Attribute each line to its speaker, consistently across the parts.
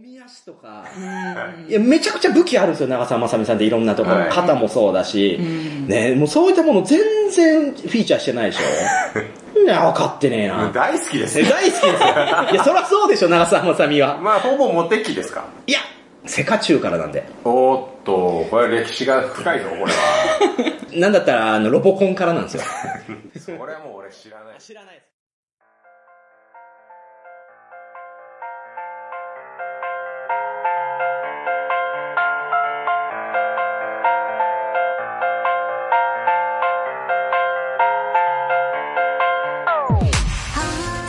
Speaker 1: 宮市とか、いや、めちゃくちゃ武器あるんですよ、長澤まさみさんっていろんなところ。
Speaker 2: はい
Speaker 1: 肩もそうだし、ね、もうそういったもの全然フィーチャーしてないでし ょ。な分かってねえな。
Speaker 2: 大好きです
Speaker 1: え
Speaker 2: ね。
Speaker 1: 大好 きですよ。いや、そらそうでしょ、長澤まさみは。
Speaker 2: まあ、ほぼモテ期ですか。
Speaker 1: いや、セカチュウからなんで。
Speaker 2: おーっと、これ歴史が深いぞ、これは。
Speaker 1: なんだったら、あの、ロボコンからなんですよ。
Speaker 2: それはもう俺知らない。
Speaker 1: 知らないです。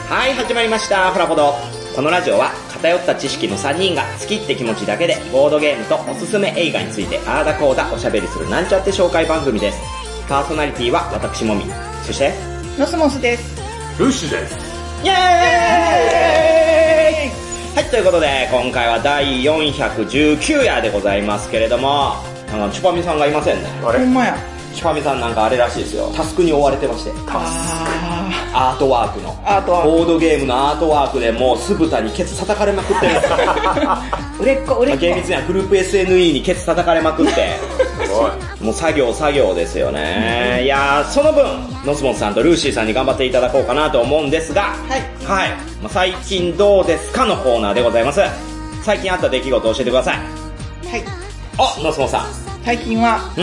Speaker 1: はい、始まりました。フラポド。このラジオは偏った知識の3人が好きって気持ちだけでボードゲームとおすすめ映画についてあーだこーだおしゃべりするなんちゃって紹介番組です。パーソナリティは私もみ。そして、
Speaker 3: ロスモスです。
Speaker 2: ルーシーです。
Speaker 1: イエーイはい、ということで、今回は第419夜でございますけれども、あの、チュパミさんがいませんね。
Speaker 2: あ
Speaker 3: ほ
Speaker 2: れ
Speaker 3: んまや。
Speaker 1: チュパミさんなんかあれらしいですよ。タスクに追われてまして。
Speaker 3: あ
Speaker 1: アートワークの。
Speaker 3: アートワーク
Speaker 1: ボードゲームのアートワークでもう酢豚にケツ叩かれまくってるん ですよ。
Speaker 3: ー売れっ子、売れ
Speaker 1: ま
Speaker 3: っ
Speaker 1: あ
Speaker 3: 子。
Speaker 1: 厳密にはグループ SNE にケツ叩かれまくって。
Speaker 2: すごい。
Speaker 1: もう作業作業ですよね。いやー、その分、ノスモンさんとルーシーさんに頑張っていただこうかなと思うんですが、
Speaker 3: はい。
Speaker 1: はい。まあ、最近どうですかのコーナーでございます。最近あった出来事を教えてください。
Speaker 3: はい。
Speaker 1: あ、ノスモさん。
Speaker 3: 最近は、
Speaker 1: う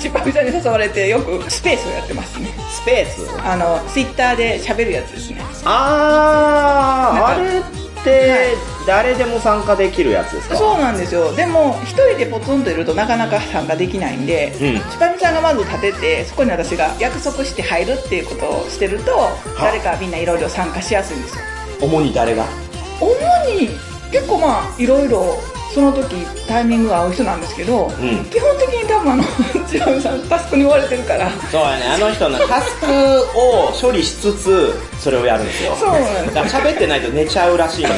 Speaker 3: チッパミさんに誘われてよくスペースをやってますね。
Speaker 1: スペース
Speaker 3: あの、ツイッターで喋るやつですね。
Speaker 1: あー、あ
Speaker 3: な
Speaker 1: れって、誰でも参加できるやつですか
Speaker 3: そうなんですよ。でも、一人でポツンといるとなかなか参加できないんで、
Speaker 1: うん
Speaker 3: ちぱみさんがまず立てて、そこに私が約束して入るっていうことをしてると、誰かみんないろいろ参加しやすいんですよ。
Speaker 1: 主に誰が
Speaker 3: 主に、結構まあ、いろいろ、その時タイミングが合う人なんですけど、
Speaker 1: ん
Speaker 3: 基本的に多分あの、 ちぱみさんタスクに追われてる から、
Speaker 1: そうやね、あの人のタスクを処理しつつ、それをやるんですよ。
Speaker 3: そうなんです
Speaker 1: だから喋ってないと寝ちゃうらしいん で。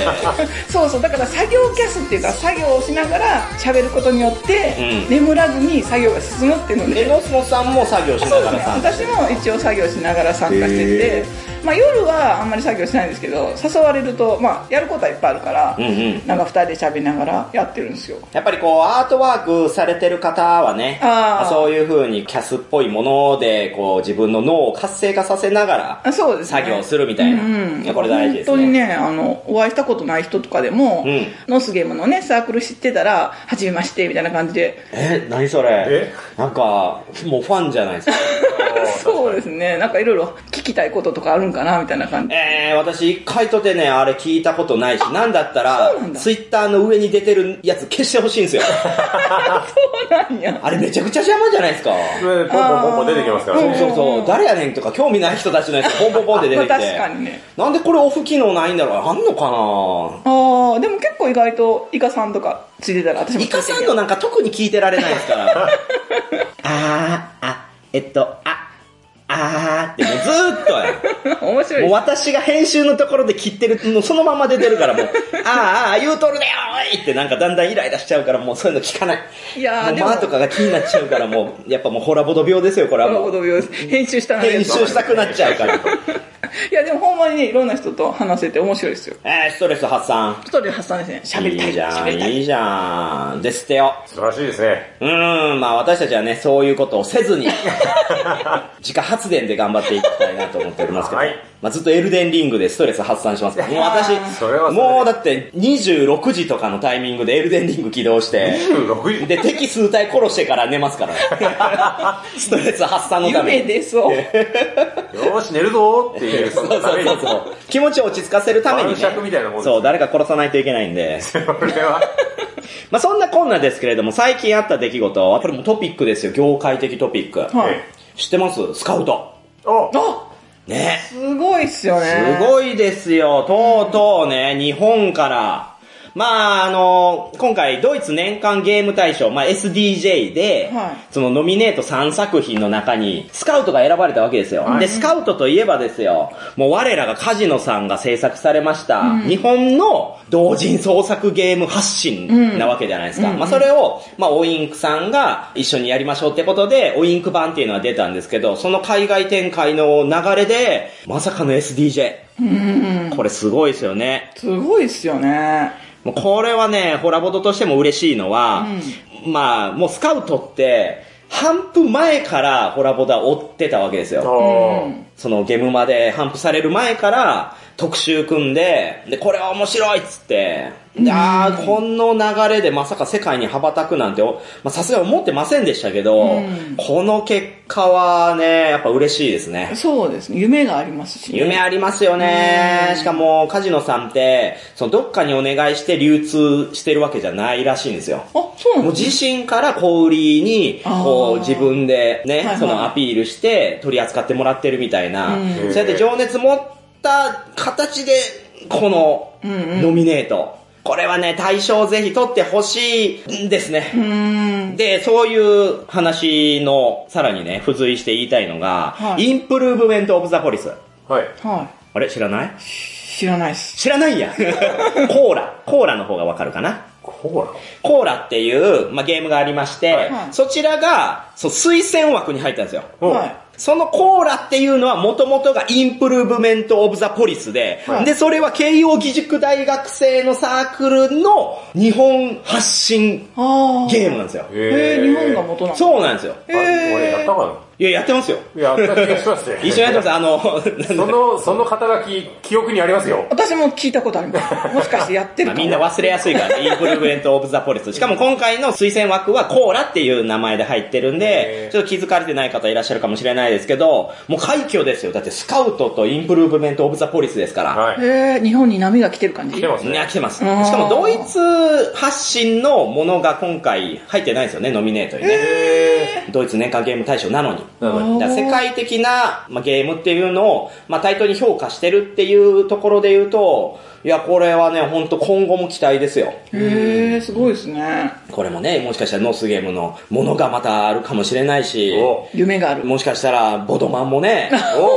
Speaker 3: そうそうだから作業キャスっていうか作業をしながら喋ることによって、
Speaker 1: うん
Speaker 3: 眠らずに作業が進むっていうの
Speaker 1: で、
Speaker 3: で
Speaker 1: ノスモさんも作業しな
Speaker 3: そうで
Speaker 1: が
Speaker 3: すね
Speaker 1: ら参加し
Speaker 3: 私
Speaker 1: てる。
Speaker 3: も一応作業しながら参加してて、
Speaker 2: へ
Speaker 3: まあ、夜はあんまり作業しないんですけど誘われると、まあ、やることはいっぱいあるから、
Speaker 1: うんうん
Speaker 3: なんか2人で喋りながらやってるんですよ
Speaker 1: やっぱりこう、アートワークされてる方はね、
Speaker 3: あー
Speaker 1: そういう風にキャスっぽいもので、こう、自分の脳を活性化させながら、
Speaker 3: あそうですね
Speaker 1: 作業するみたいな。
Speaker 3: うん
Speaker 1: いや、これ大事ですね。
Speaker 3: 本当にねあのお会いしたことない人とかでも、
Speaker 1: うん
Speaker 3: ノースゲームのねサークル知ってたら「はじめまして」みたいな感じで
Speaker 1: え、何それ
Speaker 2: え
Speaker 1: なんか、もうファンじゃないですか。
Speaker 3: そうですねなんかいろいろ聞きたいこととかあるんかなみたいな感じ
Speaker 1: えー、私一回とてね、あれ聞いたことないし、なんだったら
Speaker 3: そうなん、だ
Speaker 1: ツイッターの上に出てるやつ消してほしいんです よ。
Speaker 3: そうなんや
Speaker 1: あれめちゃくちゃ邪魔じゃないですか。
Speaker 2: それでポンポンポンポン出てきますから
Speaker 1: そう
Speaker 2: ね。
Speaker 1: そうそう、誰やねんとか興味ない人たちのやつポンポンポンって出てきて。
Speaker 3: まあ確かにね
Speaker 1: なんでこれオフ機能ないんだろうあんのかな
Speaker 3: ああ、でも結構意外とイカさんとかついてたら私も聞
Speaker 1: イ
Speaker 3: いてみ
Speaker 1: カ
Speaker 3: よう
Speaker 1: さんのなんか特に聞いてられないです から。あー、あ、えっと、あ、あーってもうずーっとや。
Speaker 3: 面白い
Speaker 1: も
Speaker 3: で
Speaker 1: う
Speaker 3: す。
Speaker 1: 私が編集のところで切ってるのそのまま出てるからもう、ああ、ああ、言うとるでよおいってなんかだんだんイライラしちゃうからもうそういうの聞かない。
Speaker 3: いやー
Speaker 1: もう
Speaker 3: でも
Speaker 1: 間とかが気になっちゃうからもう、やっぱもうホラボド病ですよ、これは
Speaker 3: なる
Speaker 1: も
Speaker 3: ほ
Speaker 1: う。
Speaker 3: ど、編集したの
Speaker 1: 編集したくなっちゃうから。
Speaker 3: いや、でもほんまにね、いろんな人と話せて面白いですよ。
Speaker 1: えー、ストレス発散。
Speaker 3: 一人で発散ですね。喋りた
Speaker 1: い
Speaker 3: い。
Speaker 1: いじゃ
Speaker 3: 喋り
Speaker 1: ん、
Speaker 3: たい。
Speaker 1: いいじゃん。で、捨てよ
Speaker 2: 素晴らしいですね。
Speaker 1: う。うーん、まあ私たちはね、そういうことをせずに、 自家発電で頑張っていきたいなと思っておりますけど、
Speaker 2: はい
Speaker 1: まあずっとエルデンリングでストレス発散しますから、もう私、
Speaker 2: それはそれ
Speaker 1: もうだって26時とかのタイミングでエルデンリング起動して、
Speaker 2: 26時。
Speaker 1: で、敵数体殺してから寝ますから、 ストレス発散のため
Speaker 3: 夢
Speaker 1: に。
Speaker 3: 出そう。
Speaker 2: よーし、寝るぞーっていう。
Speaker 1: そうそうそうそう。気持ちを落ち着かせるためにね。
Speaker 2: 晩酌みたいなもんですね
Speaker 1: そう、誰か殺さないといけないんで。
Speaker 2: これは、
Speaker 1: まあそんなこんなですけれども、最近あった出来事は、これもトピックですよ、業界的トピック。
Speaker 3: はい。
Speaker 1: 知ってますスカウト。
Speaker 2: お
Speaker 3: あ
Speaker 1: ね。
Speaker 3: すごいっすよね。
Speaker 1: す
Speaker 3: い。
Speaker 1: ごいですよ。とうとうね、日本から。まあ、あの、今回、ドイツ年間ゲーム大賞、まあ、SDJ で、
Speaker 3: はい
Speaker 1: そのノミネート3作品の中に、スカウトが選ばれたわけですよ。
Speaker 2: はい
Speaker 1: で、スカウトといえばですよ、もう我らがカジノさんが制作されました、日本の同人創作ゲーム発信なわけじゃないですか。まあ、それを、まあ、オインクさんが一緒にやりましょうってことで、オインク版っていうのは出たんですけど、その海外展開の流れで、まさかの SDJ。これすごいですよね。
Speaker 3: すごいっすよね。
Speaker 1: もうこれはね、ホラボドとしても嬉しいのは、まあ、もうスカウトって、半分前からホラボドは追ってたわけですよ。
Speaker 2: うん。
Speaker 1: そのゲームまで反布される前から特集組んで、で、これは面白いっつって、で、あーこの流れでまさか世界に羽ばたくなんて、おまあさすがに思ってませんでしたけど、
Speaker 3: うん
Speaker 1: この結果はね、やっぱ嬉しいですね。
Speaker 3: そうですね。夢がありますし、ね。
Speaker 1: 夢ありますよね。しかも、カジノさんって、そのどっかにお願いして流通してるわけじゃないらしいんですよ。
Speaker 3: あ、そうなん
Speaker 1: もう
Speaker 3: です
Speaker 1: 自身から小売りに、こう
Speaker 3: あー
Speaker 1: 自分でね、
Speaker 3: いはい
Speaker 1: そのアピールして取り扱ってもらってるみたいな、
Speaker 3: うん
Speaker 1: そうやって情熱持った形で、この
Speaker 3: うんうん
Speaker 1: ノミネート。これはね、大賞ぜひ取ってほしいんですね。
Speaker 3: うーん。
Speaker 1: で、そういう話の、さらにね、付随して言いたいのが、
Speaker 3: はい
Speaker 1: インプルーブメント・オブ・ザ・ポリス。
Speaker 2: はい。
Speaker 3: は
Speaker 1: あれ知らない
Speaker 3: い。知らないっす。
Speaker 1: 知らないや ん。コーラ。コーラの方がわかるかな。
Speaker 2: こうなの
Speaker 1: コーラっていう、まあ、ゲームがありまして、
Speaker 3: はい
Speaker 1: そちらが、そう、推薦枠に入ったんですよ。
Speaker 2: うん
Speaker 3: は
Speaker 1: そのコーラっていうのは元々がインプルーブメント・オブ・ザ・ポリスで、
Speaker 3: はい
Speaker 1: で、それは慶応義塾大学生のサークルの日本発信
Speaker 3: い。あー。
Speaker 1: ゲームなんですよ。
Speaker 2: へ
Speaker 3: えー、日本が元なのう。
Speaker 1: そうなんですよ。
Speaker 2: あ俺やったか
Speaker 1: いや、やってます よ。。
Speaker 2: ないや、やった気がしますね
Speaker 1: 一緒にやってます。あの、
Speaker 2: その、その肩書き、記憶にありますよ。
Speaker 3: 私も聞いたことあり ます。もしかしてやってる
Speaker 1: まあ
Speaker 3: かも。
Speaker 1: みんな忘れやすいから ね、インプルーブメント・オブ・ザ・ポリス。しかも今回の推薦枠はコーラっていう名前で入ってるんで
Speaker 2: へ、ー
Speaker 1: ちょっと気づかれてない方いらっしゃるかもしれないですけど、もう快挙ですよ。だってスカウトとインプルーブメント・オブ・ザ・ポリスですから。
Speaker 2: はい。
Speaker 3: えー、日本に波が来てる感じ
Speaker 2: 来てます
Speaker 1: ね、
Speaker 2: ね。
Speaker 1: 来てます。し
Speaker 3: あー
Speaker 1: かもドイツ発信のものが今回入ってないんですよね、ノミネートにね。
Speaker 2: へ
Speaker 1: ドイツ年間ゲーム大賞なのに。
Speaker 2: ーなのに
Speaker 1: だから世界的な、まあ、ゲームっていうのを、まあ、対等に評価してるっていうところで言うと、いや、これはね、ほんと今後も期待ですよ。
Speaker 3: へえー、すごいですね。
Speaker 1: これもね、もしかしたらノースゲームのものがまたあるかもしれないし、
Speaker 2: お
Speaker 3: 夢がある。
Speaker 1: もしかしたらボドマンもね、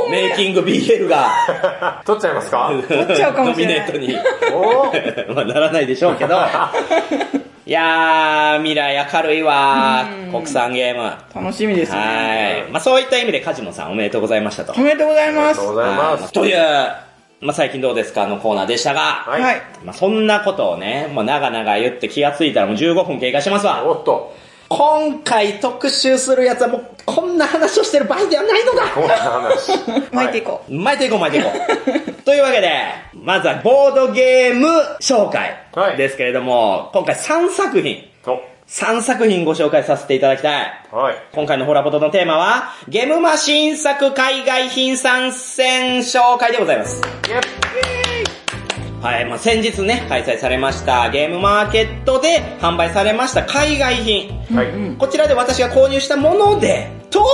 Speaker 1: おメイキング BL が、
Speaker 2: 取っちゃいますか
Speaker 3: っちゃうかもしれない
Speaker 1: ノミネー
Speaker 2: おー
Speaker 1: トに、 まあ、ならないでしょうけど、 いやー、未来明るいわー、国産ゲーム。は
Speaker 3: 楽しみですね。
Speaker 1: ーい。まあそういった意味でカジノさんおめでとうございましたと。
Speaker 3: おめでとうござい
Speaker 2: あ
Speaker 3: ま
Speaker 2: りが
Speaker 3: す。
Speaker 2: とうございま
Speaker 1: はい
Speaker 2: す。
Speaker 1: という、まあ最近どうですかのコーナーでしたが、
Speaker 2: はい
Speaker 3: はい。
Speaker 1: まあそんなことをね、もう長々言って気がついたらもう15分経過してますわ。
Speaker 2: おっと。
Speaker 1: 今回特集するやつはもうこんな話をしてる場合ではないのだ
Speaker 2: こんな話。
Speaker 3: 巻いていこ
Speaker 1: 巻いていこう巻いていこ う。というわけで、まずはボードゲーム紹介
Speaker 2: はい
Speaker 1: ですけれども、今回3作品、
Speaker 2: う。
Speaker 1: 3作品ご紹介させていただきたい。
Speaker 2: はい。
Speaker 1: 今回のホラボトのテーマは、ゲムマ新作海外品参戦紹介でございます。
Speaker 2: イェッ
Speaker 1: はい、まあ、先日ね、開催されましたゲームマーケットで販売されました海外品。
Speaker 2: はい。
Speaker 1: こちらで私が購入したもので、特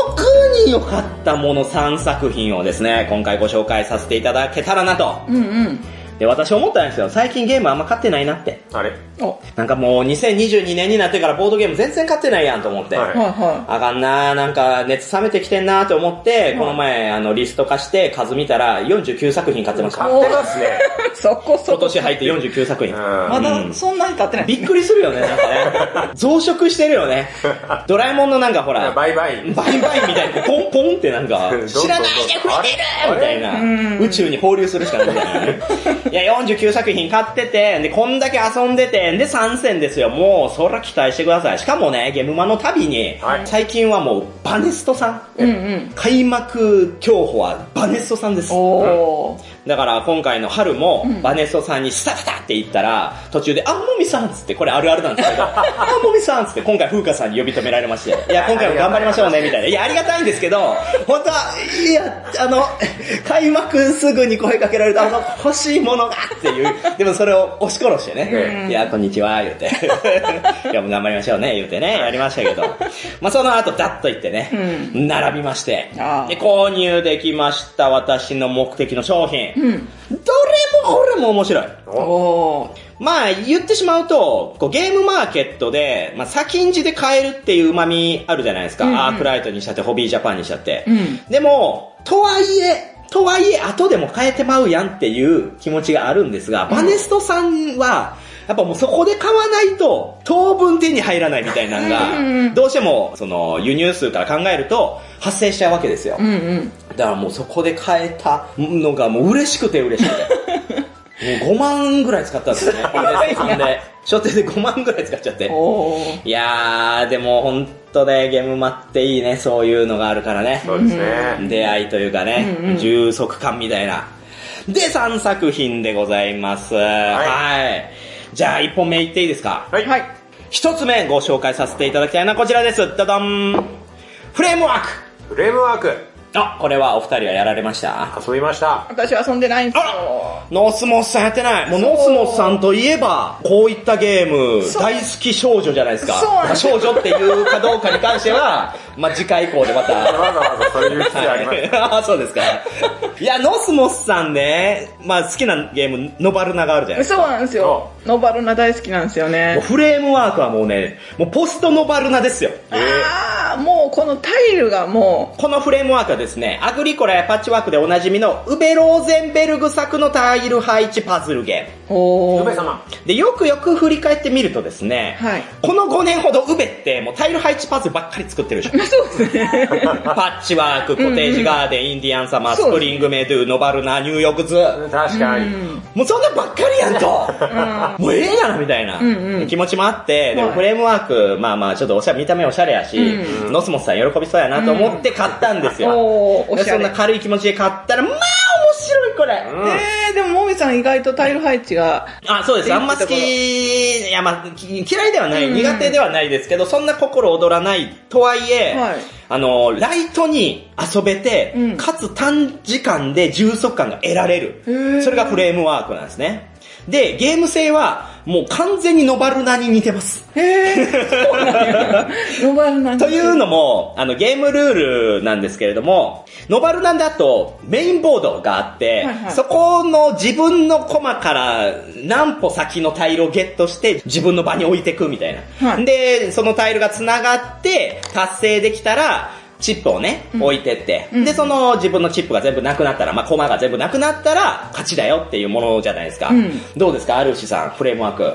Speaker 1: に良かったもの3作品をですね、今回ご紹介させていただけたらなと。
Speaker 3: う。うんうん。
Speaker 1: で、私思ったんですよ。最近ゲームあんま買ってないなって。
Speaker 2: あれ
Speaker 3: お、
Speaker 1: なんかもう2022年になってからボードゲーム全然買ってないやんと思って。
Speaker 2: はい
Speaker 3: はいは
Speaker 1: あかんなーなんか熱冷めてきてんなーと思って、この前、あの、リスト化して数見たら49作品買ってました。
Speaker 2: 買ってますね。
Speaker 3: い。そこそ
Speaker 1: 今
Speaker 3: こ。
Speaker 1: 年入って49作品。
Speaker 2: うん
Speaker 3: ま
Speaker 1: う
Speaker 3: だ
Speaker 1: ん
Speaker 3: そんなに経ってない。
Speaker 1: びっくりするよね、なんかね。増殖してるよ ね。ドラえもんのなんかほら、
Speaker 2: バイバイ。
Speaker 1: バイバイみたいに、ポンポンってなんか
Speaker 2: どんど、ん
Speaker 1: 知らないで増えてるみたいな、
Speaker 3: ん
Speaker 1: 宇宙に放流するしかないじゃない。いや、49作品買ってて、で、こんだけ遊んでて、で、参戦ですよ。もう、そら期待してください。しかもね、ゲームマの旅に
Speaker 2: はい、
Speaker 1: 最近はもう、バネストさん。
Speaker 3: うんうん。
Speaker 1: 開幕競歩はバネストさんです。
Speaker 3: おー。
Speaker 1: だから今回の春もバネストさんにスタスタって言ったら、途中で、あ、もみさんっつって、これあるあるなんですけど、あ、もみさんっつって今回風花さんに呼び止められまして、いや、今回も頑張りましょうね、みたいな。いや、ありがたいんですけど、本当は、いや、あの、開幕すぐに声かけられた、あの、欲しいものがっていう、でもそれを押し殺してね、
Speaker 2: う
Speaker 1: いや、こんにちは、言うて、いや、もう頑張りましょうね、言うてね、やりましたけど、まあその後、ダッと言ってね、並びまして、
Speaker 3: あー
Speaker 1: で購入できました私の目的の商品。
Speaker 3: うん。
Speaker 1: どれもこれも面白い。
Speaker 2: お
Speaker 3: おー。
Speaker 1: まあ言ってしまうと、こうゲームマーケットで、まあ先んじで買えるっていう旨味あるじゃないですか。
Speaker 3: んうん
Speaker 1: アークライトにしちゃって、ホビージャパンにしちゃって。
Speaker 3: うん
Speaker 1: でも、とはいえ、とはいえ後でも買えてまうやんっていう気持ちがあるんですが、バネストさんは、やっぱもうそこで買わないと、当分手に入らないみたいなの
Speaker 3: うんうんう
Speaker 1: が、
Speaker 3: ん
Speaker 1: どうしても、その、輸入数から考えると、発生しちゃうわけですよ
Speaker 3: う。んうん。
Speaker 1: だからもうそこで変えたのがもう嬉しくて嬉しくて。もう5万ぐらい使ったんですよね。
Speaker 3: いな
Speaker 1: 3で。初手で5万ぐらい使っちゃって。
Speaker 3: おー
Speaker 1: いやー、でも本当ね、ゲームマっていいね、そういうのがあるからね。
Speaker 2: そうですね。
Speaker 1: 出会いというかね、
Speaker 3: うんうん
Speaker 1: 充足感みたいな。で、3作品でございます。はい。じゃあ、1本目いっていいですか
Speaker 2: はい。
Speaker 3: はい。
Speaker 1: 一つ目ご紹介させていただきたいのはこちらです。ダダンフレームワーク
Speaker 2: フレームワーク、
Speaker 1: あ、これはお二人はやられました
Speaker 2: 遊びました。
Speaker 3: 私は遊んでないんですよ。
Speaker 1: ノースモスさんやってない。もう
Speaker 3: そう
Speaker 1: ノースモスさんといえば、こういったゲーム、
Speaker 3: そう
Speaker 1: 大好き少女じゃないですか。
Speaker 3: そうなん
Speaker 1: まあ
Speaker 3: です
Speaker 1: 少女っていうかどうかに関して は、まあ次回以降でまた
Speaker 2: わざわざそういう必要あります。
Speaker 1: あ あ、そうですか。いや、ノスモスさんね、まあ好きなゲーム、ノバルナがあるじゃないです
Speaker 3: そうなんですよ。ノバルナ大好きなんですよ
Speaker 1: か。もう
Speaker 3: ね。
Speaker 1: フレームワークはもうね、もうポストノバルナですよ。
Speaker 3: あー、もうこのタイルがも
Speaker 1: このフレームワークはですね、アグリコラやパッチワークでおなじみのウベローゼンベルグ作のタイル配置パズルゲーム。
Speaker 3: う、お
Speaker 2: 上
Speaker 3: ー。
Speaker 2: 様。
Speaker 1: で、よくよく振り返ってみるとですね、
Speaker 3: はい
Speaker 1: この5年ほどウベってもうタイル配置パズルばっかり作って るでしょ。
Speaker 3: そうですね。
Speaker 1: パッチワーク、コテージガーデン、インディアンサマー、
Speaker 3: そう
Speaker 1: スプリングメドゥ、ノバルナ、ニューヨークズ。
Speaker 2: 確かに。
Speaker 1: もうそんなんばっかりやんと、もうええやろみたいな、
Speaker 3: んうん
Speaker 1: 気持ちもあって、でも
Speaker 3: はい
Speaker 1: フレームワーク、まあまあちょっとおしゃ見た目おしゃれやし、
Speaker 3: う
Speaker 1: ノスモスさん喜びそうやなと思って買ったんですよ。
Speaker 3: おー、お
Speaker 1: で
Speaker 3: しゃ
Speaker 1: そんな
Speaker 3: れ。
Speaker 1: 軽い気持ちで買ったら、まあ面白いこれ、
Speaker 2: うん
Speaker 3: えー、でももみさん意外とタイル配置が、
Speaker 1: あ、そうです。あんま好き、いや、まあ、き嫌いではない、苦手ではないですけど、そんな心躍らないとはいえ、
Speaker 3: はい
Speaker 1: あの、ライトに遊べて、
Speaker 3: うん
Speaker 1: かつ短時間で充足感が得られ
Speaker 3: へ
Speaker 1: る。
Speaker 3: ー
Speaker 1: それがフレームワークなんですね。で、ゲーム性は、もう完全にノバルナに似てます。
Speaker 3: えー、そうなんやノバルナ
Speaker 1: というのも、あの、ゲームルールなんですけれども、ノバルなんだとメインボードがあって、
Speaker 3: はいはい
Speaker 1: そこの自分のコマから何歩先のタイルをゲットして自分の場に置いていくみたいな。
Speaker 3: はい
Speaker 1: で、そのタイルが繋がって達成できたら、チップをね、置いてって、
Speaker 3: うん
Speaker 1: で、その自分のチップが全部なくなったら、まあ、コマが全部なくなったら、勝ちだよっていうものじゃないですか。
Speaker 3: うん
Speaker 1: どうですか、アルシさん、フレームワーク。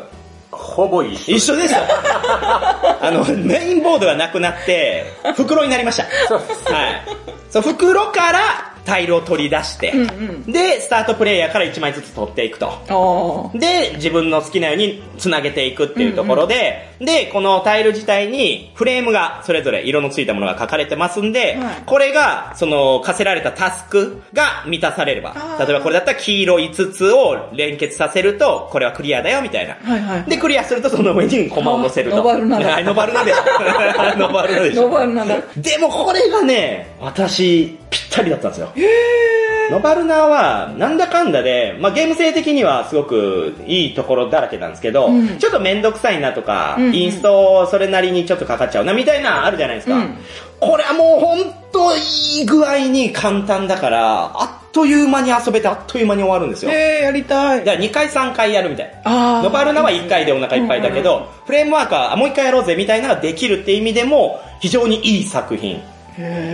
Speaker 2: ほぼ一緒。
Speaker 1: 一緒ですよ。 あの、メインボードがなくなって、袋になりました。はい。そう、袋からタイルを取り出して、
Speaker 3: うんうん
Speaker 1: で、スタートプレイヤーから1枚ずつ取っていくと。
Speaker 3: おー。
Speaker 1: で、自分の好きなように繋げていくっていうところで、で、このタイル自体にフレームがそれぞれ色のついたものが書かれてますんで、
Speaker 3: はい
Speaker 1: これが、その、課せられたタスクが満たされれば
Speaker 3: あ、ー
Speaker 1: 例えばこれだったら黄色5つを連結させると、これはクリアだよみたいな。
Speaker 3: はいはい。
Speaker 1: で、クリアするとその上にコマを乗せると。
Speaker 3: あノバルナだ
Speaker 1: はい、ノバル ナでしょ。ノバルナでし
Speaker 3: ノ
Speaker 1: ょ。
Speaker 3: バルナだ。
Speaker 1: でもこれがね、私、ぴったりだったんですよ。ノバルナは、なんだかんだで、まあ、ゲーム性的にはすごくいいところだらけなんですけど、
Speaker 3: うん
Speaker 1: ちょっとめんどくさいなとか、
Speaker 3: うんうん
Speaker 1: インストそれなりにちょっとかかっちゃうな、みたいなあるじゃないですか。
Speaker 3: うん
Speaker 1: これはもうほんといい具合に簡単だから、あっという間に遊べてあっという間に終わるんですよ。
Speaker 3: えー、やりたい。
Speaker 1: だから2回3回やるみたいな。
Speaker 3: あー
Speaker 1: ノバルナは1回でお腹いっぱいだけど、フレームワークはあもう1回やろうぜみたいなのができるって意味でも、非常にいい作品。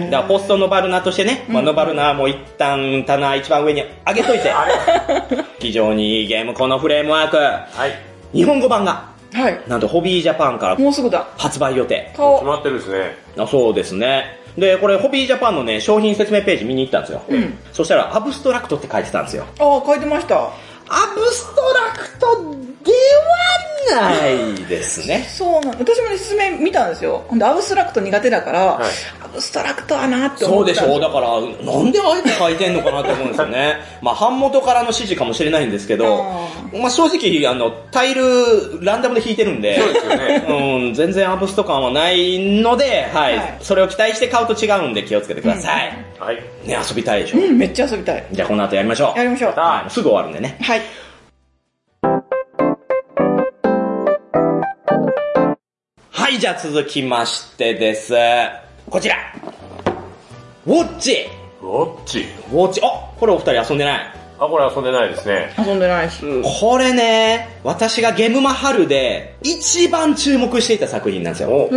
Speaker 1: だからポストノバルナとしてね、まあ、ノバルナはもう一旦棚一番上に上げといて、
Speaker 2: あれ
Speaker 1: 非常にいいゲーム、このフレームワーク。
Speaker 2: はい。
Speaker 1: 日本語版が、
Speaker 3: はい。
Speaker 1: なんとホビージャパンから
Speaker 3: もうすぐだ。
Speaker 1: 発売予定。
Speaker 3: 顔
Speaker 2: 決。まってるんですね。
Speaker 1: あそうですね。で、これホビージャパンのね、商品説明ページ見に行ったんですよ。
Speaker 3: うん
Speaker 1: そしたら、アブストラクトって書いてたんですよ。
Speaker 3: ああ、書いてました。
Speaker 1: アブストラクトでは ないですね。
Speaker 3: そうなん私もね、説明見たんですよ。ほんで、アブストラクト苦手だから、
Speaker 2: はい
Speaker 3: アブストラクトはなって
Speaker 1: そ
Speaker 3: 思
Speaker 1: う
Speaker 3: っ
Speaker 1: で
Speaker 3: た
Speaker 1: しょう。だから、なんであえて書いてんのかなって思うんですよね。まあ、版元からの指示かもしれないんですけど
Speaker 3: あ、
Speaker 1: まあ、正直、あの、タイル、ランダムで引いてるんで、
Speaker 2: そうですよね。
Speaker 1: うん、全然アブスト感はないので、はい、
Speaker 3: はい
Speaker 1: それを期待して買うと違うんで気をつけてください。
Speaker 2: はい。
Speaker 1: ね、遊びたいでしょ。
Speaker 3: うん、めっちゃ遊びたい。
Speaker 1: じゃあ、この後やりましょう。
Speaker 3: やりましょう。
Speaker 2: た
Speaker 1: はい、すぐ終わるんでね。
Speaker 3: はい。
Speaker 1: はい、じゃあ続きましてです。こちら。ウォッチ
Speaker 2: ウォッチ。
Speaker 1: ウォッチ、あ、これお二人遊んでない。
Speaker 2: あ、これ遊んでないですね。
Speaker 3: 遊んでないです。
Speaker 1: これね、私がゲムマ春で一番注目していた作品なんですよ。
Speaker 3: へ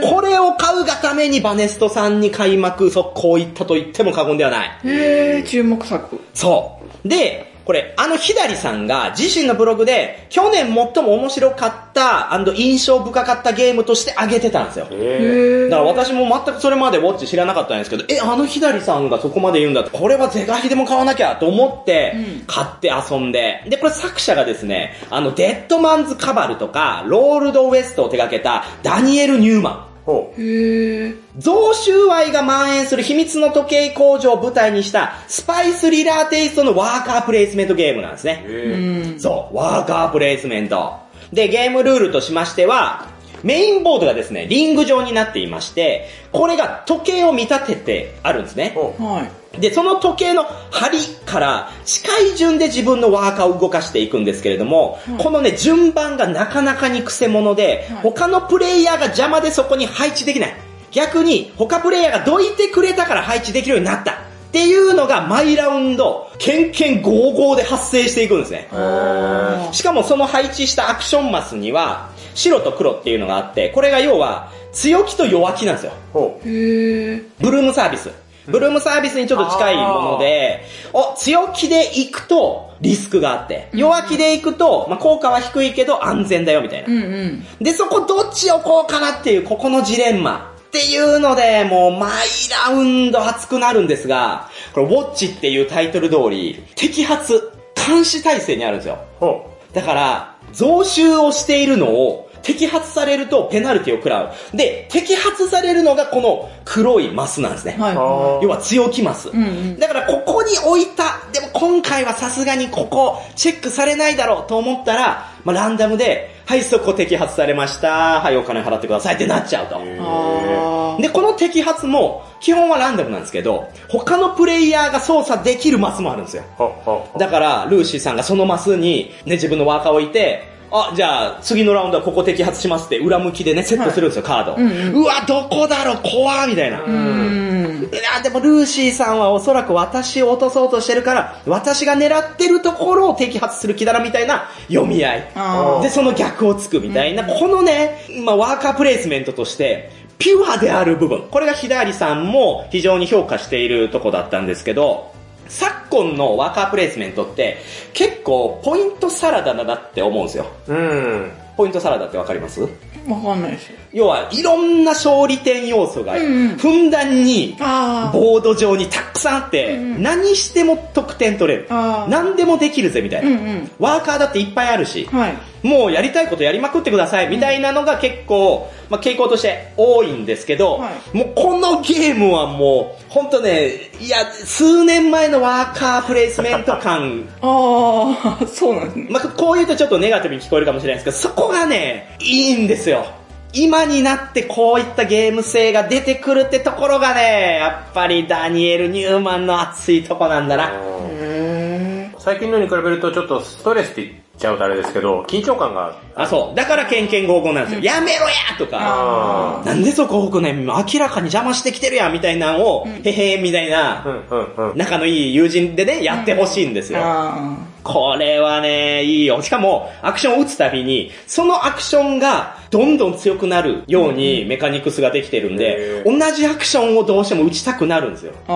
Speaker 3: ー
Speaker 1: これを買うがためにバネストさんに開幕速攻行ったと言っても過言ではない。
Speaker 3: へー注目作。
Speaker 1: そう。で、ここれ、あの左さんが自身のブログで、去年最も面白かった印象深かったゲームとして上げてたんですよ。
Speaker 2: え
Speaker 1: だから私も全くそれまでウォッチ知らなかったんですけど、え、あの左さんがそこまで言うんだって、これは是が非でも買わなきゃと思って
Speaker 3: うん、
Speaker 1: 買って遊んで、で、これ作者がですね、あの、デッドマンズ・カバルとか、ロールド・ウエストを手掛けたダニエル・ニューマン。
Speaker 2: ー、ほう。
Speaker 3: へえ。
Speaker 1: 贈収賄が蔓延する秘密の時計工場を舞台にしたスパイスリラーテイストのワーカープレイスメントゲームなんですね。
Speaker 3: う
Speaker 2: え
Speaker 3: ん。
Speaker 1: そう、ワーカープレイスメント。で、ゲームルールとしましては、メインボードがですね、リング状になっていまして、これが時計を見立ててあるんですね
Speaker 2: ー、。ほう。
Speaker 3: はい。
Speaker 1: で、その時計の針から近い順で自分のワーカーを動かしていくんですけれども、
Speaker 3: はい
Speaker 1: このね、順番がなかなかにクセ者で、
Speaker 3: はい
Speaker 1: 他のプレイヤーが邪魔でそこに配置できない。逆に、他プレイヤーがどいてくれたから配置できるようになった。っていうのが毎ラウンド、ケンケンゴーゴーで発生していくんですね。
Speaker 3: あ
Speaker 1: しかもその配置したアクションマスには、白と黒っていうのがあって、これが要は、強気と弱気なんですよ。
Speaker 2: ほう。
Speaker 3: ーへえ。
Speaker 1: ブルームサービス。ブルームサービスにちょっと近いもので、お、強気で行くとリスクがあって、弱気で行くと、まあ、効果は低いけど安全だよみたいな
Speaker 3: う。んうん。
Speaker 1: で、そこどっちをこうかなっていう、ここのジレンマ。っていうので、もう、毎ラウンド熱くなるんですが、これ、ウォッチっていうタイトル通り、摘発、監視体制にあるんですよ。
Speaker 2: ほ
Speaker 1: だから、増収をしているのを、摘発されるとペナルティを食らう。で、摘発されるのがこの黒いマスなんですね。
Speaker 3: はい。
Speaker 2: う。あ
Speaker 1: 要は強気マス。
Speaker 3: うんうん
Speaker 1: だからここに置いた、でも今回はさすがにここ、チェックされないだろうと思ったら、まあ、ランダムで、はい、そこ摘発されました。はい、お金払ってくださいってなっちゃうと。
Speaker 2: ー。えー、
Speaker 3: あー
Speaker 1: で、この摘発も、基本はランダムなんですけど、他のプレイヤーが操作できるマスもあるんですよ。
Speaker 2: ほうほう。
Speaker 1: だから、ルーシーさんがそのマスに、ね、自分のワーカーを置いて、あ、じゃあ、次のラウンドはここ摘発しますって、裏向きでね、セットするんですよ、カード。う
Speaker 3: うん
Speaker 1: わ、どこだろう、怖みたいな。
Speaker 3: う
Speaker 1: い
Speaker 3: ん。
Speaker 1: や、でも、ルーシーさんはおそらく私を落とそうとしてるから、私が狙ってるところを摘発する気だな、みたいな読み合い。
Speaker 3: あ
Speaker 1: で、その逆をつくみたいな、このね、まあ、ワーカープレイスメントとして、ピュアである部分。これが左さんも非常に評価しているとこだったんですけど、昨今のワーカープレイスメントって、結構ポイントサラダだなって思うんですよ。
Speaker 2: うん。
Speaker 1: ポイントサラダってわかります
Speaker 3: ーわかんないです。
Speaker 1: 要はいろんな勝利点要素が、
Speaker 3: うんうん
Speaker 1: ふんだんに、
Speaker 3: あ
Speaker 1: ボード上にたくさんあって、
Speaker 3: うんうん
Speaker 1: 何しても得点取れる。
Speaker 3: あー
Speaker 1: 何でもできるぜみたいな、
Speaker 3: うんうん
Speaker 1: ワーカーだっていっぱいあるし、
Speaker 3: あ。はい。
Speaker 1: もうやりたいことやりまくってくださいみたいなのが結構、まあ、傾向として多いんですけど、
Speaker 3: は
Speaker 1: もうこのゲームはもう、ほんとね、いや、数年前のワーカープレイスメント感、
Speaker 3: ああ、 そうなんですね。
Speaker 1: まあ、こう言うとちょっとネガティブに聞こえるかもしれないですけど、そこがね、いいんですよ。今になってこういったゲーム性が出てくるってところがね、やっぱりダニエル・ニューマンの熱いとこなんだな。
Speaker 3: へ
Speaker 2: 最近のに比べるとちょっとストレスって言っちゃうとあれですけど、緊張感が、
Speaker 1: あ、そう。だからケンケンゴーゴーなんですよ。やめろやとか。
Speaker 2: あ
Speaker 1: なんでそこ奥ね、明らかに邪魔してきてるやんみたいなのを、へへみたい
Speaker 2: ーう
Speaker 1: な、
Speaker 2: んうんうん。
Speaker 1: 仲のいい友人でね、やってほしいんです
Speaker 3: ー
Speaker 1: よ。
Speaker 3: あ
Speaker 1: これはね、いいよ。しかも、アクションを打つたびに、そのアクションがどんどん強くなるようにメカニクスができてるんで
Speaker 2: へ、
Speaker 1: 同じアクションをどうしても打ちたくなるんですよ。
Speaker 3: ー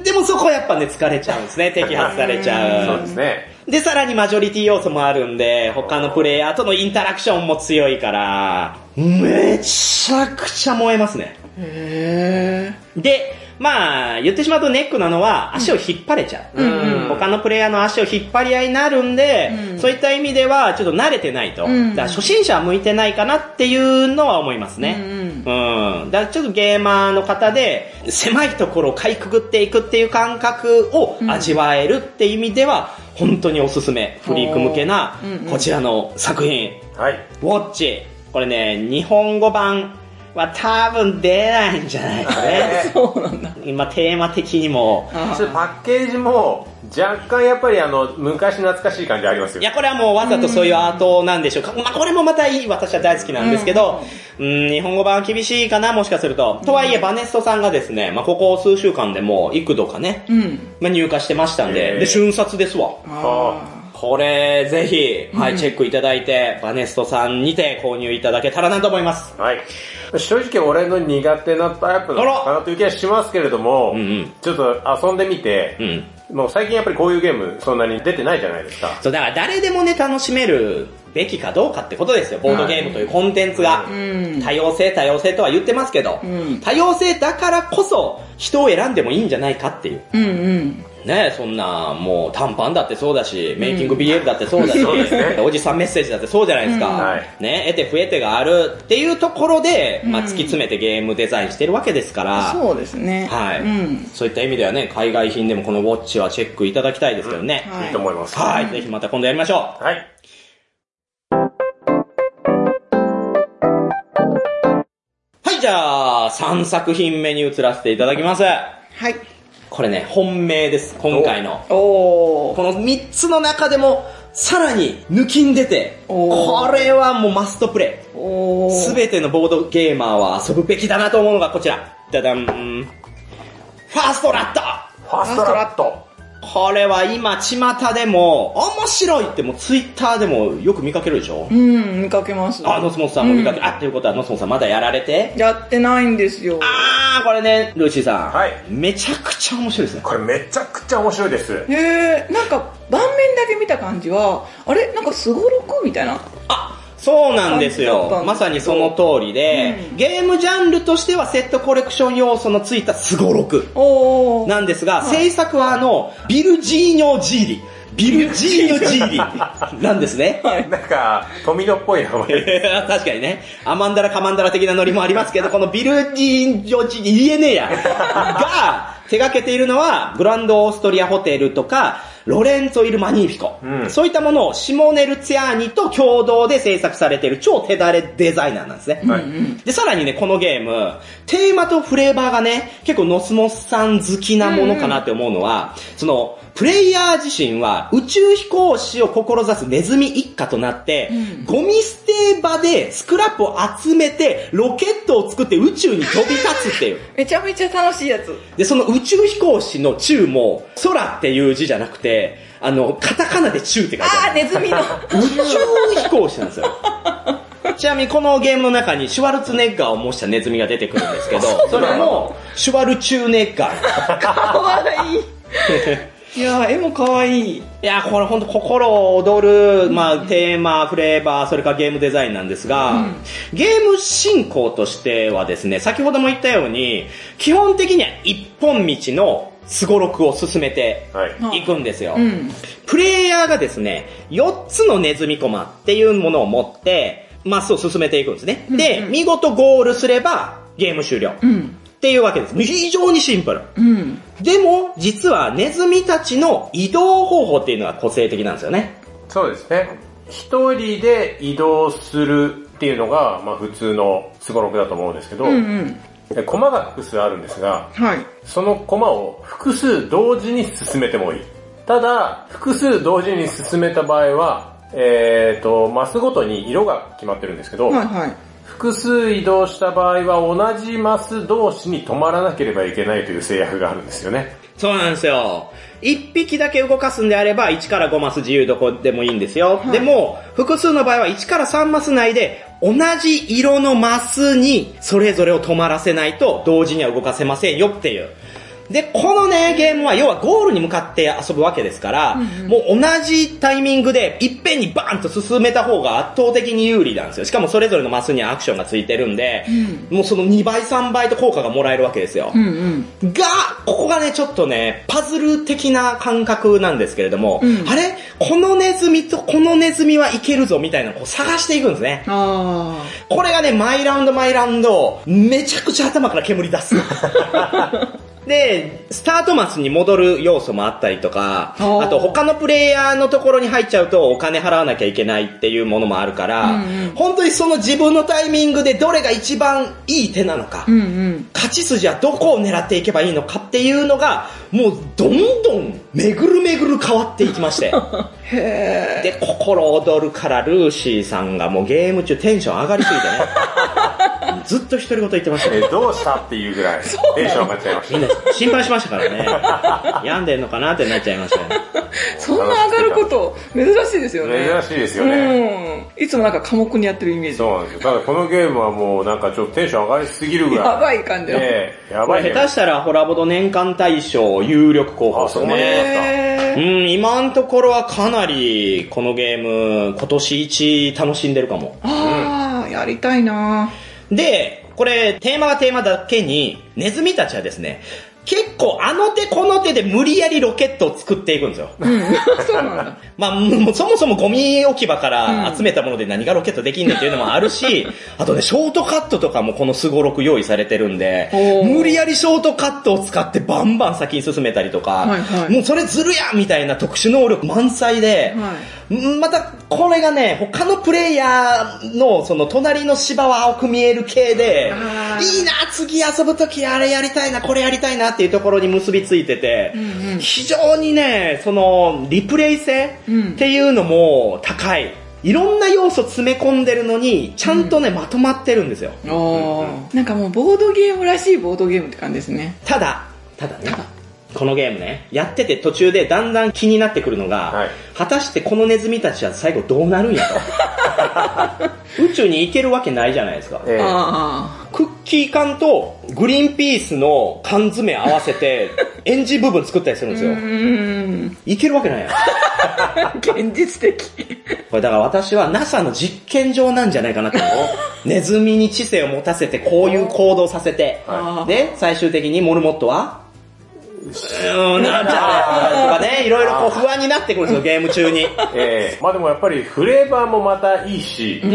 Speaker 3: あ
Speaker 1: でもそこはやっぱね、疲れちゃうん ですね。摘発されちゃ
Speaker 2: そう
Speaker 1: う
Speaker 2: で。すね。
Speaker 1: で、さらにマジョリティ要素もあるんで、他のプレイヤーとのインタラクションも強いから、めちゃくちゃ燃えますね。
Speaker 3: ー。へ
Speaker 1: で、まあ、言ってしまうとネックなのは、足を引っ張れちゃう。
Speaker 2: んうん
Speaker 1: 他のプレイヤーの足を引っ張り合いになるんで、
Speaker 3: うん
Speaker 1: そういった意味では、ちょっと慣れてないと。
Speaker 3: うん
Speaker 1: だから初心者は向いてないかなっていうのは思います
Speaker 3: ー。
Speaker 1: ね。
Speaker 3: うん
Speaker 1: うん。だからちょっとゲーマーの方で、狭いところをかいくぐっていくっていう感覚を味わえるって意味では、本当におすすめ。フリーク向けな
Speaker 3: うんうん、
Speaker 1: こちらの作品、
Speaker 2: はい。
Speaker 1: ウォッチ。これね、日本語版は多分出ないんじゃないか ね。
Speaker 2: えー
Speaker 3: そうなんだ。
Speaker 1: 今、テーマ的にも。
Speaker 3: あ
Speaker 2: ちょっとパッケージも若干やっぱりあの、昔懐かしい感じありますよ。
Speaker 1: いや、これはもうわざとそういうアートなんでしょうか。まあ、これもまたいい、私は大好きなんですけど、うん、日本語版は厳しいかな、もしかすると。とはいえ、バネストさんがですね、まあ、ここ数週間でもう幾度かね、
Speaker 3: うん。
Speaker 1: まあ、入荷してましたん
Speaker 2: へ
Speaker 1: で、
Speaker 2: ー
Speaker 1: で、瞬殺ですわ。
Speaker 3: あ
Speaker 1: これ、ぜひ、はい、チェックいただいて、バネストさんにて購入いただけたらなと思います。
Speaker 2: はい。正直俺の苦手なタイプなのかなという気はしますけれども、
Speaker 1: うんうん
Speaker 2: ちょっと遊んでみて、
Speaker 1: うん。
Speaker 2: もう最近やっぱりこういうゲームそんなに出てないじゃないですか。
Speaker 1: そう、だから誰でもね、楽しめるべきかどうかってことですよ。ボードゲームというコンテンツが。
Speaker 3: うん
Speaker 1: 多様性、多様性とは言ってますけど、
Speaker 3: うん
Speaker 1: 多様性だからこそ人を選んでもいいんじゃないかっていう。
Speaker 3: うんうん。
Speaker 1: ねそんな、もう短パンだってそうだし、メイキング BL だってそうだし、
Speaker 2: そうですね
Speaker 1: おじさんメッセージだってそうじゃないですか。
Speaker 2: うんはい
Speaker 1: ね、得て増えてがあるっていうところで、まあ
Speaker 3: う
Speaker 1: 突
Speaker 3: ん
Speaker 1: き詰めてゲームデザインしてるわけですから、
Speaker 3: そうですね。
Speaker 1: はい、
Speaker 3: うん。
Speaker 1: そういった意味ではね、海外品でもこのウォッチはチェックいただきたいですけどね。
Speaker 3: はい
Speaker 2: いいと思います。
Speaker 1: はい、ぜひまた今度やりましょう。
Speaker 2: はい。
Speaker 1: はい、じゃあ、3作品目に移らせていただきます。
Speaker 3: はい。
Speaker 1: これね、本命です、今回の。
Speaker 3: おー。
Speaker 1: この3つの中でも、さらに抜きんでて、
Speaker 3: おー
Speaker 1: これはもうマストプレイ。
Speaker 3: おー。
Speaker 1: すべてのボードゲーマーは遊ぶべきだなと思うのがこちら。ダダン。ファーストラット
Speaker 2: ファーストラット。
Speaker 1: これは今、巷でも、面白いってもうツイッターでもよく見かけるでしょ
Speaker 3: うん、見かけます。
Speaker 1: あ、ノスモンさんも見かける。あ、ということはノスモンさんまだやられて
Speaker 3: やってないんですよ。
Speaker 1: あー、これね、ルーシーさん。
Speaker 2: はい
Speaker 1: めちゃくちゃ面白いですね。
Speaker 2: これめちゃくちゃ面白いです。
Speaker 3: へえ、なんか、盤面だけ見た感じは、あれなんかすごろくみたいな。
Speaker 1: あそうなんです
Speaker 3: 感じだった
Speaker 1: よ。
Speaker 3: ん
Speaker 1: ま
Speaker 3: ですけど
Speaker 1: さにその通りで、
Speaker 3: うん
Speaker 1: ゲームジャンルとしてはセットコレクション要素のついたスゴロク
Speaker 3: おー。
Speaker 1: なんですが、
Speaker 3: は
Speaker 1: 制
Speaker 3: い
Speaker 1: 作はあの、ビルジーニョ・ジーリ。ビルジーニョ・ジーリなんですね。
Speaker 2: なんか、富野っぽい名前 で
Speaker 1: 確かにね。アマンダラカマンダラ的なノリもあります けど、このビルジーニョ・ジーリ、言えねえや。が、手掛けているのは、グランドオーストリアホテルとか、ロレンツォ・イル・マニーフィコ。
Speaker 2: うん
Speaker 1: そういったものをシモネル・ツヤーニと共同で制作されている超手だれデザイナーなんですね。
Speaker 2: す。はい。
Speaker 1: で、さらにね、このゲーム、テーマとフレーバーがね、結構ノスモスさん好きなものかなって思うのは、その、プレイヤー自身は宇宙飛行士を志すネズミ一家となって、ゴミ捨て場でスクラップを集めて、ロケットを作って宇宙に飛び立つっていう。
Speaker 3: めちゃめちゃ楽しいやつ。
Speaker 1: で、その宇宙飛行士の宙も、空っていう字じゃなくて、あの、カタカナで宙って書いてある。
Speaker 3: あー、ネズミ の。
Speaker 1: 宇宙飛行士なんですよ。ちなみにこのゲームの中にシュワルツェネッガーを模したネズミが出てくるんですけど、それもシュワルチューネッガー。
Speaker 3: かわ いい。いやー、絵もかわいい。
Speaker 1: いやー、これほんと心躍る、まあ、テーマ、フレーバー、それからゲームデザインなんですが、ゲーム進行としてはですね、先ほども言ったように、基本的には一本道のスゴロクを進めて
Speaker 2: はい。
Speaker 1: いくんですよ。
Speaker 3: うん。
Speaker 1: プレイヤーがですね、4つのネズミコマっていうものを持って、マスを進めていくんですね。で、見事ゴールすれば、ゲーム終了。
Speaker 3: う
Speaker 1: っ
Speaker 3: ん。
Speaker 1: ていうわけです。非常にシンプル。
Speaker 3: うん。
Speaker 1: でも、実はネズミたちの移動方法っていうのが個性的なんですよね。
Speaker 2: そうですね。一人で移動するっていうのが、まあ普通のスゴロクだと思うんですけど、
Speaker 3: うんうん。
Speaker 2: で駒が複数あるんですが、
Speaker 3: はい。
Speaker 2: その駒を複数同時に進めてもいい。ただ、複数同時に進めた場合は、えっ、と、マスごとに色が決まってるんですけど、
Speaker 3: はいはい。
Speaker 2: 複数移動した場合は同じマス同士に止まらなければいけないという制約があるんですよね。
Speaker 1: そうなんですよ。一匹だけ動かすんであれば、1から5マス自由どこでもいいんですよ。
Speaker 3: はい
Speaker 1: でも、複数の場合は1から3マス内で、同じ色のマスに、それぞれを止まらせないと、同時には動かせませんよっていう。で、このね、ゲームは、要はゴールに向かって遊ぶわけですから、もう同じタイミングで、いっぺんにバーンと進めた方が圧倒的に有利なんですよ。しかもそれぞれのマスにはアクションがついてるんで、もうその2倍3倍と効果がもらえるわけですよ。
Speaker 3: うんうん。
Speaker 1: が、ここがね、ちょっとね、パズル的な感覚なんですけれども、
Speaker 3: うん
Speaker 1: あれこのネズミとこのネズミはいけるぞみたいなのをこう探していくんですね。
Speaker 3: あ
Speaker 1: これがね、マイラウンドマイラウンド、めちゃくちゃ頭から煙 出す。で、スタートマスに戻る要素もあったりとか、
Speaker 3: おー
Speaker 1: あと他のプレイヤーのところに入っちゃうとお金払わなきゃいけないっていうものもあるから、
Speaker 3: うんうん
Speaker 1: 本当にその自分のタイミングでどれが一番いい手なのか、
Speaker 3: ー。うんうん。
Speaker 1: 勝ち筋はどこを狙っていけばいいのかっていうのが、もうどんどん巡る巡る変わっていきま して。
Speaker 3: へ
Speaker 1: で、 心躍るからルーシーさんがもうゲーム中テンション上がりすぎてね。ずっと独り言言ってました
Speaker 2: え
Speaker 1: よ。
Speaker 2: ーどうしたっていうぐ らい、テンション上がっちゃいまし
Speaker 1: みんな心配しましたからね。病んでんのかなってなっちゃいましたよ。
Speaker 3: そんな上がること、珍しいですよね。
Speaker 2: た。珍しいですよね。
Speaker 3: うん。いつもなんか寡黙にやってるイメージ。
Speaker 2: そうなんですよ。ただこのゲームはもうなんかちょっとテンション上がりすぎるぐらい。
Speaker 3: やばい感じだ
Speaker 2: ねえや
Speaker 1: こ
Speaker 2: ばい
Speaker 1: れ
Speaker 2: ね。
Speaker 1: 下手したらホラボド年間大賞有力候補ですよ
Speaker 2: あそうね
Speaker 1: ね。
Speaker 3: へ
Speaker 1: う
Speaker 3: ー
Speaker 1: ん、今のところはかなりこのゲーム今年一楽しんでるかも。
Speaker 3: ああ、やりたいな
Speaker 1: で、これテーマはテーマだけにネズミたちはですね、結構あの手この手で無理やりロケットを作っていくんですよ。
Speaker 3: うん。そうなん だ。
Speaker 1: まあ、もうそもそもゴミ置き場から集めたもので何がロケットできんねんっていうのもある し、あとね、ショートカットとかもこのスゴロク用意されてるんで
Speaker 3: お、ー
Speaker 1: 無理やりショートカットを使ってバンバン先に進めたりとか、
Speaker 3: はいはい
Speaker 1: もうそれずるやんみたいな特殊能力満載で、
Speaker 3: は
Speaker 1: また、これがね、他のプレイヤーの、その、隣の芝は青く見える系で
Speaker 3: あ、ー
Speaker 1: いいな、次遊ぶときあれやりたいな、これやりたいなっていうところに結びついてて、
Speaker 3: うんうん
Speaker 1: 非常にね、その、リプレイ性
Speaker 3: うん
Speaker 1: っていうのも高い。いろんな要素詰め込んでるのに、ちゃんとね、まとまってるんですよ。
Speaker 3: ああ。なんかもうボードゲームらしいボードゲームって感じですね。
Speaker 1: ただ、ただね、このゲームね、やってて途中でだんだん気になってくるのが、
Speaker 2: はい
Speaker 1: 果たしてこのネズミたちは最後どうなるんや と。宇宙に行けるわけないじゃないですか。
Speaker 2: ええ
Speaker 3: あ
Speaker 1: クッキー缶とグリーンピースの缶詰合わせて、エンジン部分作ったりするんです
Speaker 3: あ。う
Speaker 1: よ。
Speaker 3: ーん。
Speaker 1: いけるわけないやん。
Speaker 3: 現実的。
Speaker 1: これだから私は NASA の実験場なんじゃないかなって思う。ネズミに知性を持たせて、こういう行動させて、
Speaker 3: はい
Speaker 1: で、最終的にモルモットは、うーん、なんちゃらとかね、いろいろこう不安になってくるんですよ、ゲーム中に。
Speaker 2: ええまあでもやっぱりフレーバーもまたいいし、あ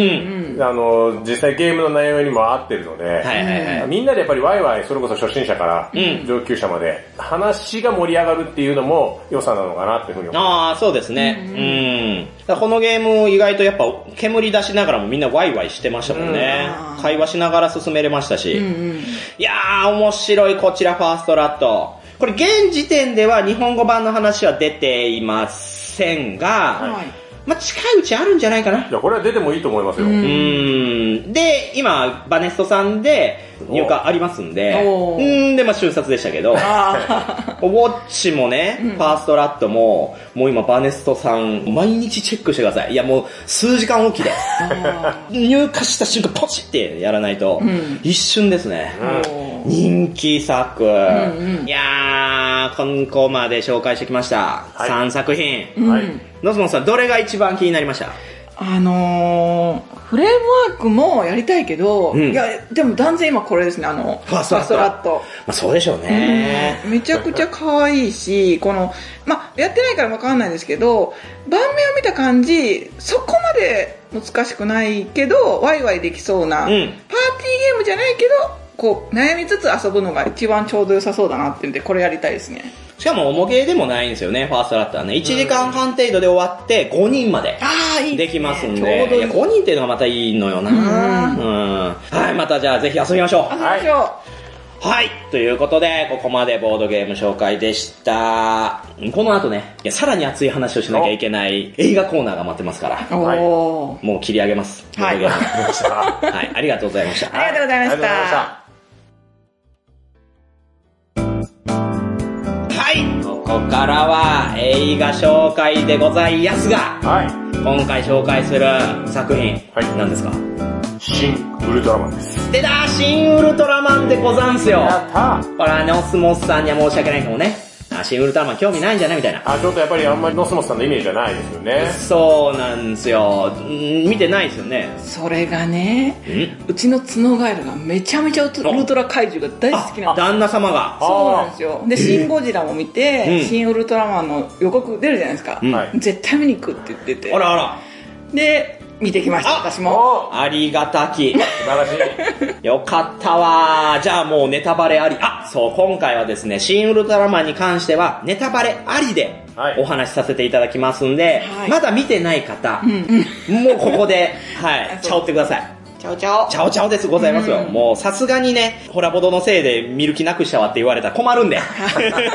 Speaker 2: の、実際ゲームの内容にも合ってるので、
Speaker 1: はいはいはい。
Speaker 2: みんなでやっぱりワイワイ、それこそ初心者から
Speaker 1: ん
Speaker 2: 上級者まで、話が盛り上がるっていうのも良さなのかなっていうふうに思いま
Speaker 1: ああ、そうですね。うん。だからこのゲーム意外とやっぱ煙出しながらもみんなワイワイしてましたもんね
Speaker 3: う。ん
Speaker 1: 会話しながら進めれましたし。
Speaker 3: うんうん。
Speaker 1: いやー、面白い、こちらファーストラット。これ現時点では日本語版の話は出ていませんが、
Speaker 3: はい
Speaker 1: まあ、近いうちあるんじゃないかな
Speaker 2: す。い。や、これは出てもいいと思いますよ。
Speaker 1: うーん。で、今、バネストさんで入荷ありますんで、
Speaker 3: お
Speaker 1: う
Speaker 3: ー
Speaker 1: ーんで、まあ、瞬殺でしたけど、
Speaker 3: ああ。
Speaker 1: ウォッチもね、ファーストラットも、もう今バネストさん、毎日チェックしてください。いや、もう数時間おきで。入荷した瞬間ポチってやらないと、
Speaker 3: うん
Speaker 1: 一瞬ですね。
Speaker 3: おー
Speaker 1: 人気作。
Speaker 3: んうん
Speaker 1: いやー、今後まで紹介してきました。
Speaker 2: はい
Speaker 1: 3作品。
Speaker 2: は
Speaker 3: うん
Speaker 2: い。
Speaker 1: ノスモンさん、どれが一番気になりました
Speaker 3: あのー、フレームワークもやりたいけど、
Speaker 1: うん
Speaker 3: いや、でも断然今これですね、あの、
Speaker 1: ファーストラット
Speaker 3: ト
Speaker 1: まあ、そうでしょうね。
Speaker 3: めちゃくちゃ可愛いし、この、まあ、やってないからわかんないですけど、盤面を見た感じ、そこまで難しくないけど、ワイワイできそうな、
Speaker 1: うん
Speaker 3: パーティーゲームじゃないけど、こう、悩みつつ遊ぶのが一番ちょうど良さそうだなってんで、これやりたいですね。
Speaker 1: しかも、重ゲーでもないんですよね、ファーストラットはね。1時間半程度で終わって、5人まで。
Speaker 3: ああ、いい
Speaker 1: できますんで。
Speaker 3: ちょうど
Speaker 1: い
Speaker 3: いい。
Speaker 1: や、5人っていうのがまたいいのよな。
Speaker 3: うん
Speaker 1: うん。はい、またじゃあぜひ遊びましょ
Speaker 3: 遊びましょ
Speaker 1: う。
Speaker 3: う。
Speaker 1: はい、ということで、ここまでボードゲーム紹介でした。この後ね、いやさらに熱い話をしなきゃいけない映画コーナーが待ってますから、
Speaker 2: はい
Speaker 3: おー。
Speaker 1: もう切り上げます。
Speaker 3: はい
Speaker 1: ボードゲーム
Speaker 2: わかり ましたは
Speaker 1: はい、ありがとうございました。
Speaker 3: ありがとうございました
Speaker 2: ありがとうございました。
Speaker 1: はい、ここからは映画紹介でございますが、
Speaker 2: は
Speaker 1: 今回紹介する作品、
Speaker 2: はい
Speaker 1: 何ですか
Speaker 2: い。新ウルトラマンです。
Speaker 1: 出たシン・ウルトラマンでござんすよ
Speaker 2: ったー
Speaker 1: これはね、オスモスさんには申し訳ないかもね。あ、シン・ウルトラマン興味ないんじゃないみたいな。
Speaker 2: あ、ちょっとやっぱりあんまりノスモスさんのイメージじゃないですよね。
Speaker 1: そうなんですよ。ん見てないですよね。
Speaker 3: それがね、
Speaker 1: ん
Speaker 3: うちの角ガエルがめちゃめちゃウト
Speaker 1: あ
Speaker 3: ウルトラ怪獣が大好きなんです
Speaker 1: 旦那様が。
Speaker 3: そうなんですよで「シン・ゴジラ」も見て「
Speaker 1: うん
Speaker 3: シン・ウルトラマン」の予告出るじゃないですか、
Speaker 1: うん
Speaker 2: はい。
Speaker 3: 絶対見に行くって言ってて
Speaker 1: あらあら。
Speaker 3: で見てきました
Speaker 1: あ
Speaker 3: 私も
Speaker 2: おー
Speaker 1: ありがたき。
Speaker 2: 素晴らしい。
Speaker 1: よかったわー。じゃあもうネタバレあり。あ、そう、今回はですね、シン・ウルトラマンに関しては、ネタバレありで
Speaker 2: はい、
Speaker 1: お話しさせていただきますんで、
Speaker 3: はい
Speaker 1: まだ見てない方、
Speaker 3: うんうん
Speaker 1: もうここで、はい
Speaker 3: あ、
Speaker 1: ちゃおってください。
Speaker 3: ちゃおちゃお。
Speaker 1: ちゃおちゃおです、ございますよ。
Speaker 3: うん
Speaker 1: もうさすがにね、ホラボドのせいで見る気なくしたわって言われたら困るん で。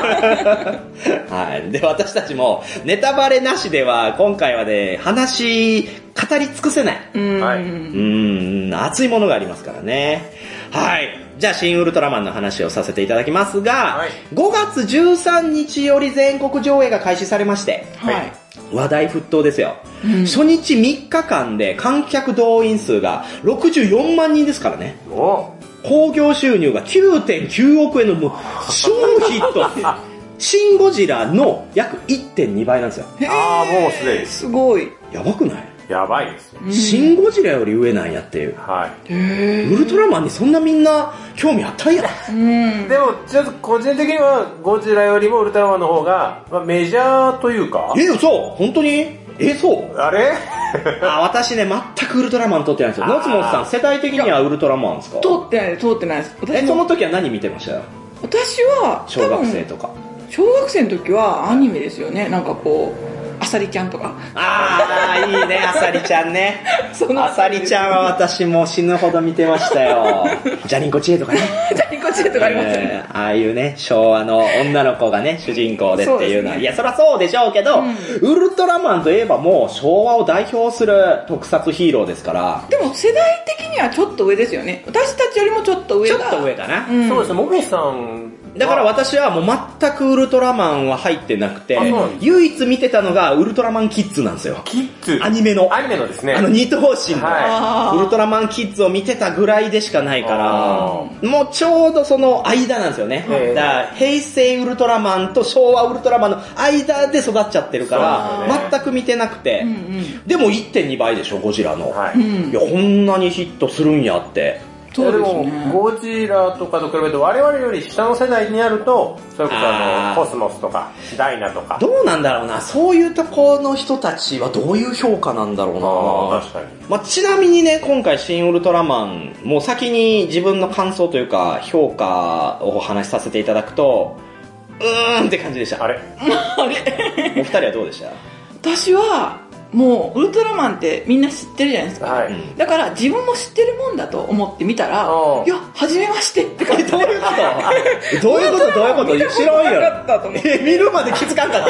Speaker 1: はい。で、私たちも、ネタバレなしでは、今回はね、話、語り尽くせない。
Speaker 3: うん。
Speaker 2: はいう
Speaker 1: ーん、熱いものがありますからね。はい。じゃあ、新ウルトラマンの話をさせていただきますが、
Speaker 2: はい
Speaker 1: 5月13日より全国上映が開始されまして、
Speaker 3: はい。
Speaker 1: 話題沸騰ですよ。
Speaker 3: うん
Speaker 1: 初日3日間で観客動員数が64万人ですからね。
Speaker 2: お
Speaker 1: 興行収入が9.9億円のもう超ヒット。シン・ゴジラの約1.2倍なんですよ。
Speaker 2: あーもうすでに
Speaker 3: すごい。
Speaker 1: やばくない、
Speaker 2: やばいですね。
Speaker 1: シン・ゴジラより上なんやっていう。
Speaker 2: はい。
Speaker 3: へ
Speaker 1: ウルトラマンにそんなみんな興味あったんや。
Speaker 3: ーうん。
Speaker 2: でも、ちょっと個人的には、ゴジラよりもウルトラマンの方が、まあ、メジャーというか、
Speaker 1: え、そう本当にえ、 そう
Speaker 2: あれ
Speaker 1: あ、私ね、全くウルトラマン撮ってないんですよ。
Speaker 2: あー
Speaker 1: ノツモツさん、世代的にはウルトラマンですか
Speaker 3: 通ってない、通ってないです。
Speaker 1: え、
Speaker 3: 私
Speaker 1: そ
Speaker 3: も
Speaker 1: の時は何見てましたよ
Speaker 3: 私は、
Speaker 1: 小学生
Speaker 3: 多分
Speaker 1: とか。
Speaker 3: 小学生の時はアニメですよね。なんかこう、あさりちゃんとか。
Speaker 1: あー、いいね、あさりちゃん ね。
Speaker 3: その
Speaker 1: あさりちゃんは私も死ぬほど見てましたよ。 ジャリンコ知恵とかね。
Speaker 3: じゃあ、ニコチェとかありますよね。
Speaker 1: えーああいうね、昭和の女の子がね、主人公でっていうのは、
Speaker 3: そうですね
Speaker 1: いや、そりゃそうでしょうけど、ウルトラマンといえばもう昭和を代表する特撮ヒーローですから、
Speaker 3: でも世代的にはちょっと上ですよね。私たちよりもちょっと上
Speaker 1: ち
Speaker 3: だ
Speaker 1: ょっと上かな。
Speaker 3: うん。
Speaker 2: そうですね、もみさん。
Speaker 1: だから、私はもう全くウルトラマンは入ってなくて
Speaker 2: あそうなん、だ
Speaker 1: 唯一見てたのがウルトラマンキッズなんですよ。
Speaker 2: キッズ。
Speaker 1: アニメの
Speaker 2: アニメのですね。
Speaker 1: あの二頭身の、
Speaker 2: はい
Speaker 3: あー
Speaker 1: ウルトラマンキッズを見てたぐらいでしかないから
Speaker 2: あ、
Speaker 1: もうちょうどその間なんですよね。
Speaker 2: ええ
Speaker 1: だから平成ウルトラマンと昭和ウルトラマンの間で育っちゃってるか
Speaker 2: そう
Speaker 1: ら、
Speaker 2: ですね
Speaker 1: 全く見てなくて、
Speaker 3: うんうん
Speaker 1: でも1.2倍でしょ、ゴジラの。
Speaker 2: はい。
Speaker 3: う
Speaker 1: い
Speaker 3: ん。
Speaker 1: や、こんなにヒットするんやって。
Speaker 3: そうです
Speaker 2: でも、
Speaker 3: ね。
Speaker 2: ゴジラとかと比べて我々より下の世代になると、それこそあ
Speaker 1: あー
Speaker 2: の、コスモスとか、ダイナとか。
Speaker 1: どうなんだろうな、そういうとこの人たちはどういう評価なんだろう
Speaker 2: あ
Speaker 1: な
Speaker 2: あ、。確かに。
Speaker 1: まあ、ちなみにね、今回、新ウルトラマン、もう先に自分の感想というか、評価をお話しさせていただくと、うーんって感じでした。
Speaker 2: あれ
Speaker 3: あれ
Speaker 1: お二人はどうでした
Speaker 3: 私は、もう、ウルトラマンってみんな知ってるじゃないですか。
Speaker 2: はい。
Speaker 1: うん
Speaker 3: だから自分も知ってるもんだと思ってみたら
Speaker 2: う、ん
Speaker 3: いや、初めましてって感
Speaker 1: え
Speaker 3: じ。
Speaker 1: どういうことどういうことどういうこと知らん
Speaker 3: なか
Speaker 1: や
Speaker 3: っ
Speaker 1: ろ。
Speaker 3: たと思って。
Speaker 1: え、見るまで気づかんかっ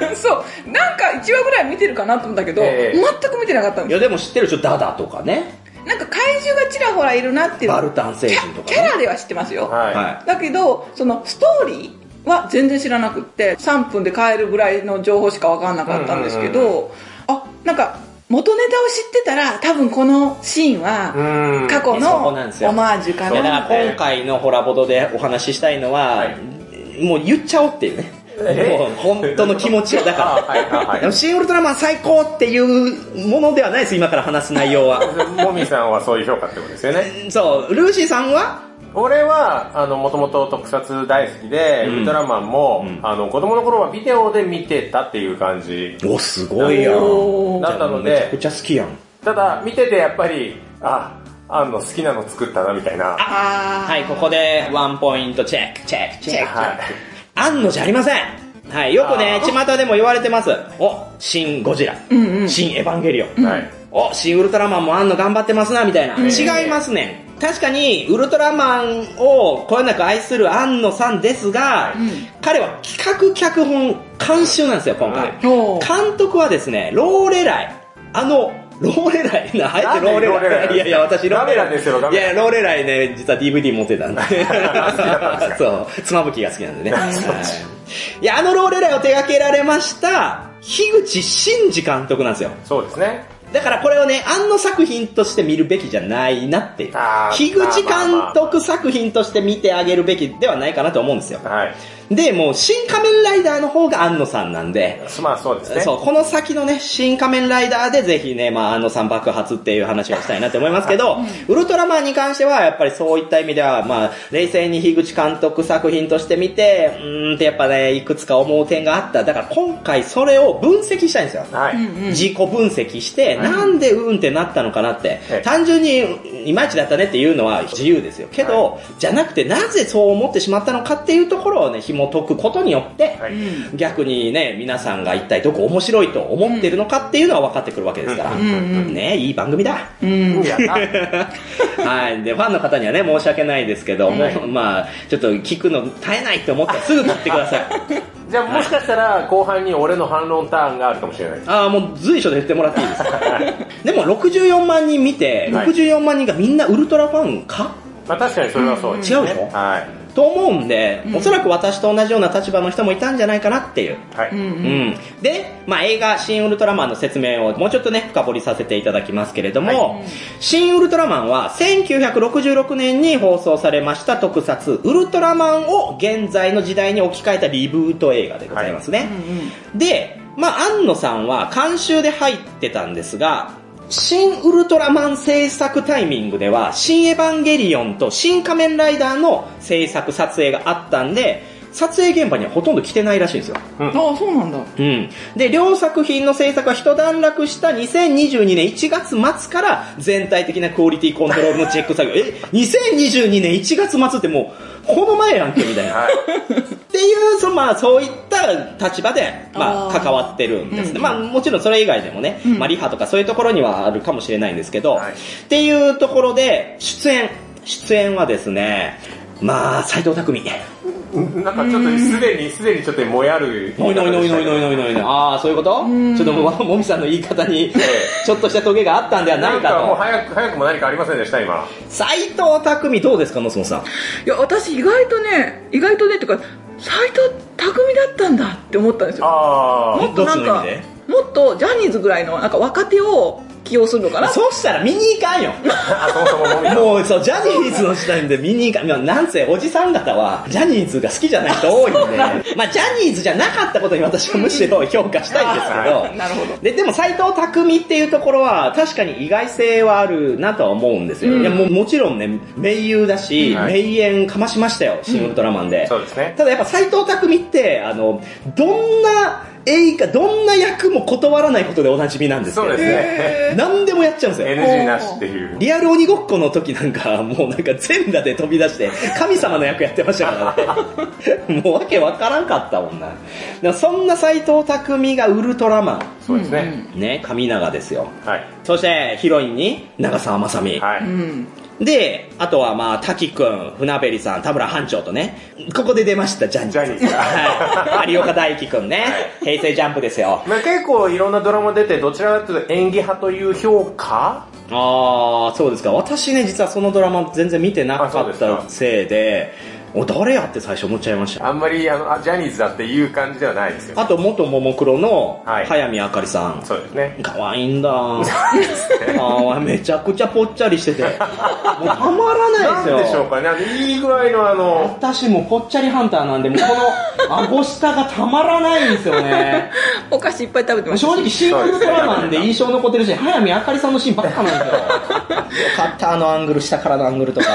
Speaker 1: たな。
Speaker 3: そう。なんか1話ぐらい見てるかなと思ったけど、
Speaker 2: ええ
Speaker 3: 全く見てなかったん
Speaker 1: い
Speaker 3: で
Speaker 1: や、でも知ってるでしょ、ダダとかね。
Speaker 3: す。なんか怪獣がちらほらいるなっていう。
Speaker 1: バルタン星
Speaker 3: キ
Speaker 1: 人とか
Speaker 3: ャキ
Speaker 1: ね。
Speaker 3: ャラでは知ってますよ。
Speaker 2: はい。
Speaker 1: は
Speaker 3: だけど、そのストーリーは全然知らなくって、3分で変えるぐらいの情報しかわかんなかったんですけ
Speaker 2: うんう
Speaker 3: ど、あ、なんか、元ネタを知ってたら、多分このシーン
Speaker 2: う
Speaker 3: は、
Speaker 2: ーん。
Speaker 3: 過去
Speaker 1: そ
Speaker 3: のオ
Speaker 1: こなんですよ
Speaker 3: マージュか
Speaker 1: い。いや、だ
Speaker 3: な。
Speaker 1: から今回のホラボドでお話ししたいのは、
Speaker 2: はい
Speaker 1: もう言っちゃおうっていうね。
Speaker 2: え
Speaker 1: もう本当の気持ちを、だから。
Speaker 2: あーはい、はい、
Speaker 1: で
Speaker 2: は
Speaker 1: も、シン・ウルトラマン最高っていうものではないです、今から話す内容は。
Speaker 2: い。もみさんはそういう評価ってことですよね。
Speaker 1: そう、ルーシーさんは
Speaker 2: 俺は、あの、もともと特撮大好きで、
Speaker 1: うん
Speaker 2: ウルトラマンも、
Speaker 1: うん
Speaker 2: あの、子供の頃はビデオで見てたっていう感じ
Speaker 1: お、すごいや
Speaker 3: お
Speaker 1: ん。
Speaker 3: ー
Speaker 2: だったので
Speaker 1: めちゃくちゃ好きやん。
Speaker 2: ただ、見ててやっぱり、あ、あの、好きなの作ったな、みたいな。
Speaker 3: あー
Speaker 1: はい、ここでワンポイントチェック、チェック、チェック。
Speaker 2: はい。
Speaker 1: あんのじゃありません。はい、よくね、
Speaker 2: あ
Speaker 1: 巷でも言われてます。お、新ゴジラ。
Speaker 3: うんうん
Speaker 1: 新エヴァンゲリオン。
Speaker 2: はい。
Speaker 1: お、新ウルトラマンもあんの頑張ってますな、みたいな。
Speaker 2: ん
Speaker 1: 違いますねん。確かに、ウルトラマンをこよなく愛する安野さんですが、
Speaker 3: ん
Speaker 1: 彼は企画脚本監修なんですよ、今回。
Speaker 3: おー
Speaker 1: 監督はですね、ローレライ。あの、ローレライな、あえてローレ
Speaker 2: なんでローレ
Speaker 1: ラ
Speaker 2: ラ
Speaker 1: イ。
Speaker 2: イ
Speaker 1: いやいや、私ローレライ。
Speaker 2: ガメラですよガメラ
Speaker 1: いや、ローレライね、実は DVD 持ってたんで。そう、妻夫木が好きなんでね。はいいや、あのローレライを手掛けられました、樋口真嗣監督なんですよ。
Speaker 2: そうですね。
Speaker 1: だからこれをね、あの作品として見るべきじゃないなっていう
Speaker 2: あ。ー
Speaker 1: 樋口監督作品として見てあげるべきではないかなと思うんですよ。
Speaker 2: はい。
Speaker 1: で、もう、新仮面ライダーの方が安野さんなんで、
Speaker 2: まあそうですね。
Speaker 1: そう、この先のね、新仮面ライダーでぜひね、まあ、あの3爆発っていう話をしたいなって思いますけど、ウルトラマンに関しては、やっぱりそういった意味では、まあ、冷静に樋口監督作品として見て、うーんってやっぱね、いくつか思う点があった。だから今回それを分析したいんですよ。
Speaker 2: は
Speaker 3: う
Speaker 2: い。
Speaker 3: んうん
Speaker 1: 自己分析して、なんでうんってなったのかなって
Speaker 2: ええ。
Speaker 1: 単純に、いまいちだったねっていうのは自由ですよ。けど、じゃなくて、なぜそう思ってしまったのかっていうところをね、紐紐解くことによって、
Speaker 2: はい
Speaker 1: 逆にね、皆さんが一体どこ面白いと思ってるのかっていうのは分かってくるわけですから。
Speaker 3: うんうん
Speaker 1: ねいい番組 だ。
Speaker 3: うん
Speaker 2: いやな
Speaker 1: はい。で、ファンの方にはね、申し訳ないですけど、も
Speaker 2: はい
Speaker 1: まあ、ちょっと聞くの耐えないって思ったらすぐ切ってください。
Speaker 2: じゃあもしかしたら後半に俺の反論ターンがあるかもしれないです。
Speaker 1: ああ、もう随所で言ってもらっていいですか でも64万人見て、
Speaker 2: はい
Speaker 1: 64万人がみんなウルトラファンか
Speaker 2: まあ確かにそれはそうです、
Speaker 1: うん違うでしょ
Speaker 2: はい。
Speaker 1: と思うんで、
Speaker 3: うん
Speaker 1: おそらく私と同じような立場の人もいたんじゃないかなっていう。
Speaker 2: はい。
Speaker 3: うん
Speaker 1: うんで、まあ、映画「シン・ウルトラマン」の説明をもうちょっとね深掘りさせていただきますけれども「シン・ウルトラマン」は1966年に放送されました特撮「ウルトラマン」を現在の時代に置き換えたリブート映画でございますね、で、まあ、安野さんは監修で入ってたんですが、新ウルトラマン制作タイミングでは、新エヴァンゲリオンと新仮面ライダーの制作撮影があったんで、撮影現場にはほとんど来てないらしいんですよ。
Speaker 3: ああ、そうなんだ。
Speaker 1: うん。で、両作品の制作は一段落した2022年1月末から全体的なクオリティコントロールのチェック作業。え、2022年1月末ってもう、この前やんけみたいな。
Speaker 2: はい。
Speaker 1: っていう、そのまあ、そういった立場で、ま
Speaker 3: あ
Speaker 1: あ、
Speaker 3: ー
Speaker 1: 関わってるんですね。
Speaker 3: うん
Speaker 1: まあ、もちろんそれ以外でもね、
Speaker 3: うん
Speaker 1: まあ、リハとかそういうところにはあるかもしれないんですけど、
Speaker 2: はい
Speaker 1: っていうところで、出演。出演はですね、まあ、斎藤匠。
Speaker 2: なんかちょっとすでに、すでにちょっともやる。
Speaker 1: ノイノイノイノイノイノイノイノイ。ああ、そういうこと
Speaker 3: うん
Speaker 1: ちょっともう、もみさんの言い方 に、
Speaker 2: え
Speaker 1: ちょっとしたトゲがあったんではな
Speaker 2: ないんかもう
Speaker 1: か
Speaker 2: 早く、早くも何かありませんでした、今。
Speaker 1: と。斎藤匠どうですか、のすもさん。
Speaker 3: いや、私意外とね、意外とね、っていうか、斎藤匠だったんだって思ったんですよ。
Speaker 2: あ
Speaker 3: もっとなん
Speaker 1: どっ
Speaker 3: か
Speaker 1: ちの意味、
Speaker 3: もっとジャニーズぐらいの、なんか若手を起用するのかな。
Speaker 1: そうしたら見に行かんよ。
Speaker 2: あ、あそもそももみ
Speaker 1: もう、そう、ジャニーズの時代で見に行か、まあなんせ、おじさん方は、ジャニーズが好きじゃない人 多いんで、まあ、ジャニーズじゃなかったことに私はむしろ評価したいんですけど、
Speaker 3: なるほど。
Speaker 1: で、でも、斎藤匠っていうところは、確かに意外性はあるなとは思うんですよ。
Speaker 3: うん
Speaker 1: いや、もう、もちろんね、名優だし、
Speaker 2: はい
Speaker 1: 名演かましましたよ、シン・ウルトラマンで。
Speaker 2: そうですね。
Speaker 1: ただやっぱ斎藤匠って、あの、どんな映画、どんな役も断らないことでおなじみなんです
Speaker 2: そう
Speaker 1: よ
Speaker 2: です
Speaker 1: ね。
Speaker 2: ね。
Speaker 3: へ
Speaker 1: 何でもやっちゃうんですよ。
Speaker 2: NG なしっていう。
Speaker 1: リアル鬼ごっこの時なんか、もうなんか全裸で飛び出して、神様の役やってましたからね。もうわけわからんかったもんな。だからそんな斎藤匠がウルトラマ
Speaker 2: そうですね。
Speaker 1: ン。ね、神長ですよ。
Speaker 2: はい。
Speaker 1: そして、ヒロインに、長澤まさみ。
Speaker 2: は
Speaker 3: ー
Speaker 2: い。
Speaker 3: うん。
Speaker 1: で、あとはまあ、滝くん、船べりさん、田村班長とね、ここで出ました、ジャニーズ。
Speaker 2: ジャニーズ
Speaker 1: はい。有岡大輝くんね。平成ジャンプですよ。
Speaker 2: まあ、結構いろんなドラマ出て、どちらかというと演技派という評価
Speaker 1: あー、そうですか。私ね、実はそのドラマ全然見てなか
Speaker 2: あそう
Speaker 1: っ
Speaker 2: ですか
Speaker 1: たせいで、お、誰やって最初思っちゃいました。
Speaker 2: あんまりあのあジャニーズだっていう感じではないですよ。
Speaker 1: あと、元ももクロの、
Speaker 2: はい
Speaker 1: 早見あかりさん。
Speaker 2: そうですね。
Speaker 1: 可愛いんだ。あーめちゃくちゃぽっちゃりしてて。もうたまらないで
Speaker 2: な
Speaker 1: すよ。
Speaker 2: んでしょうかね。あのいい具合のあの、
Speaker 1: 私もうぽっちゃりハンターなんで、もうこの顎下がたまらないんですよね。
Speaker 3: お菓子いっぱい食べてました。
Speaker 1: 正直、シン・ウルトラマンで印象残ってるし、早見あかりさんのシーンばっか なんですよ。よかった、あのアングル、下からのアングル とか。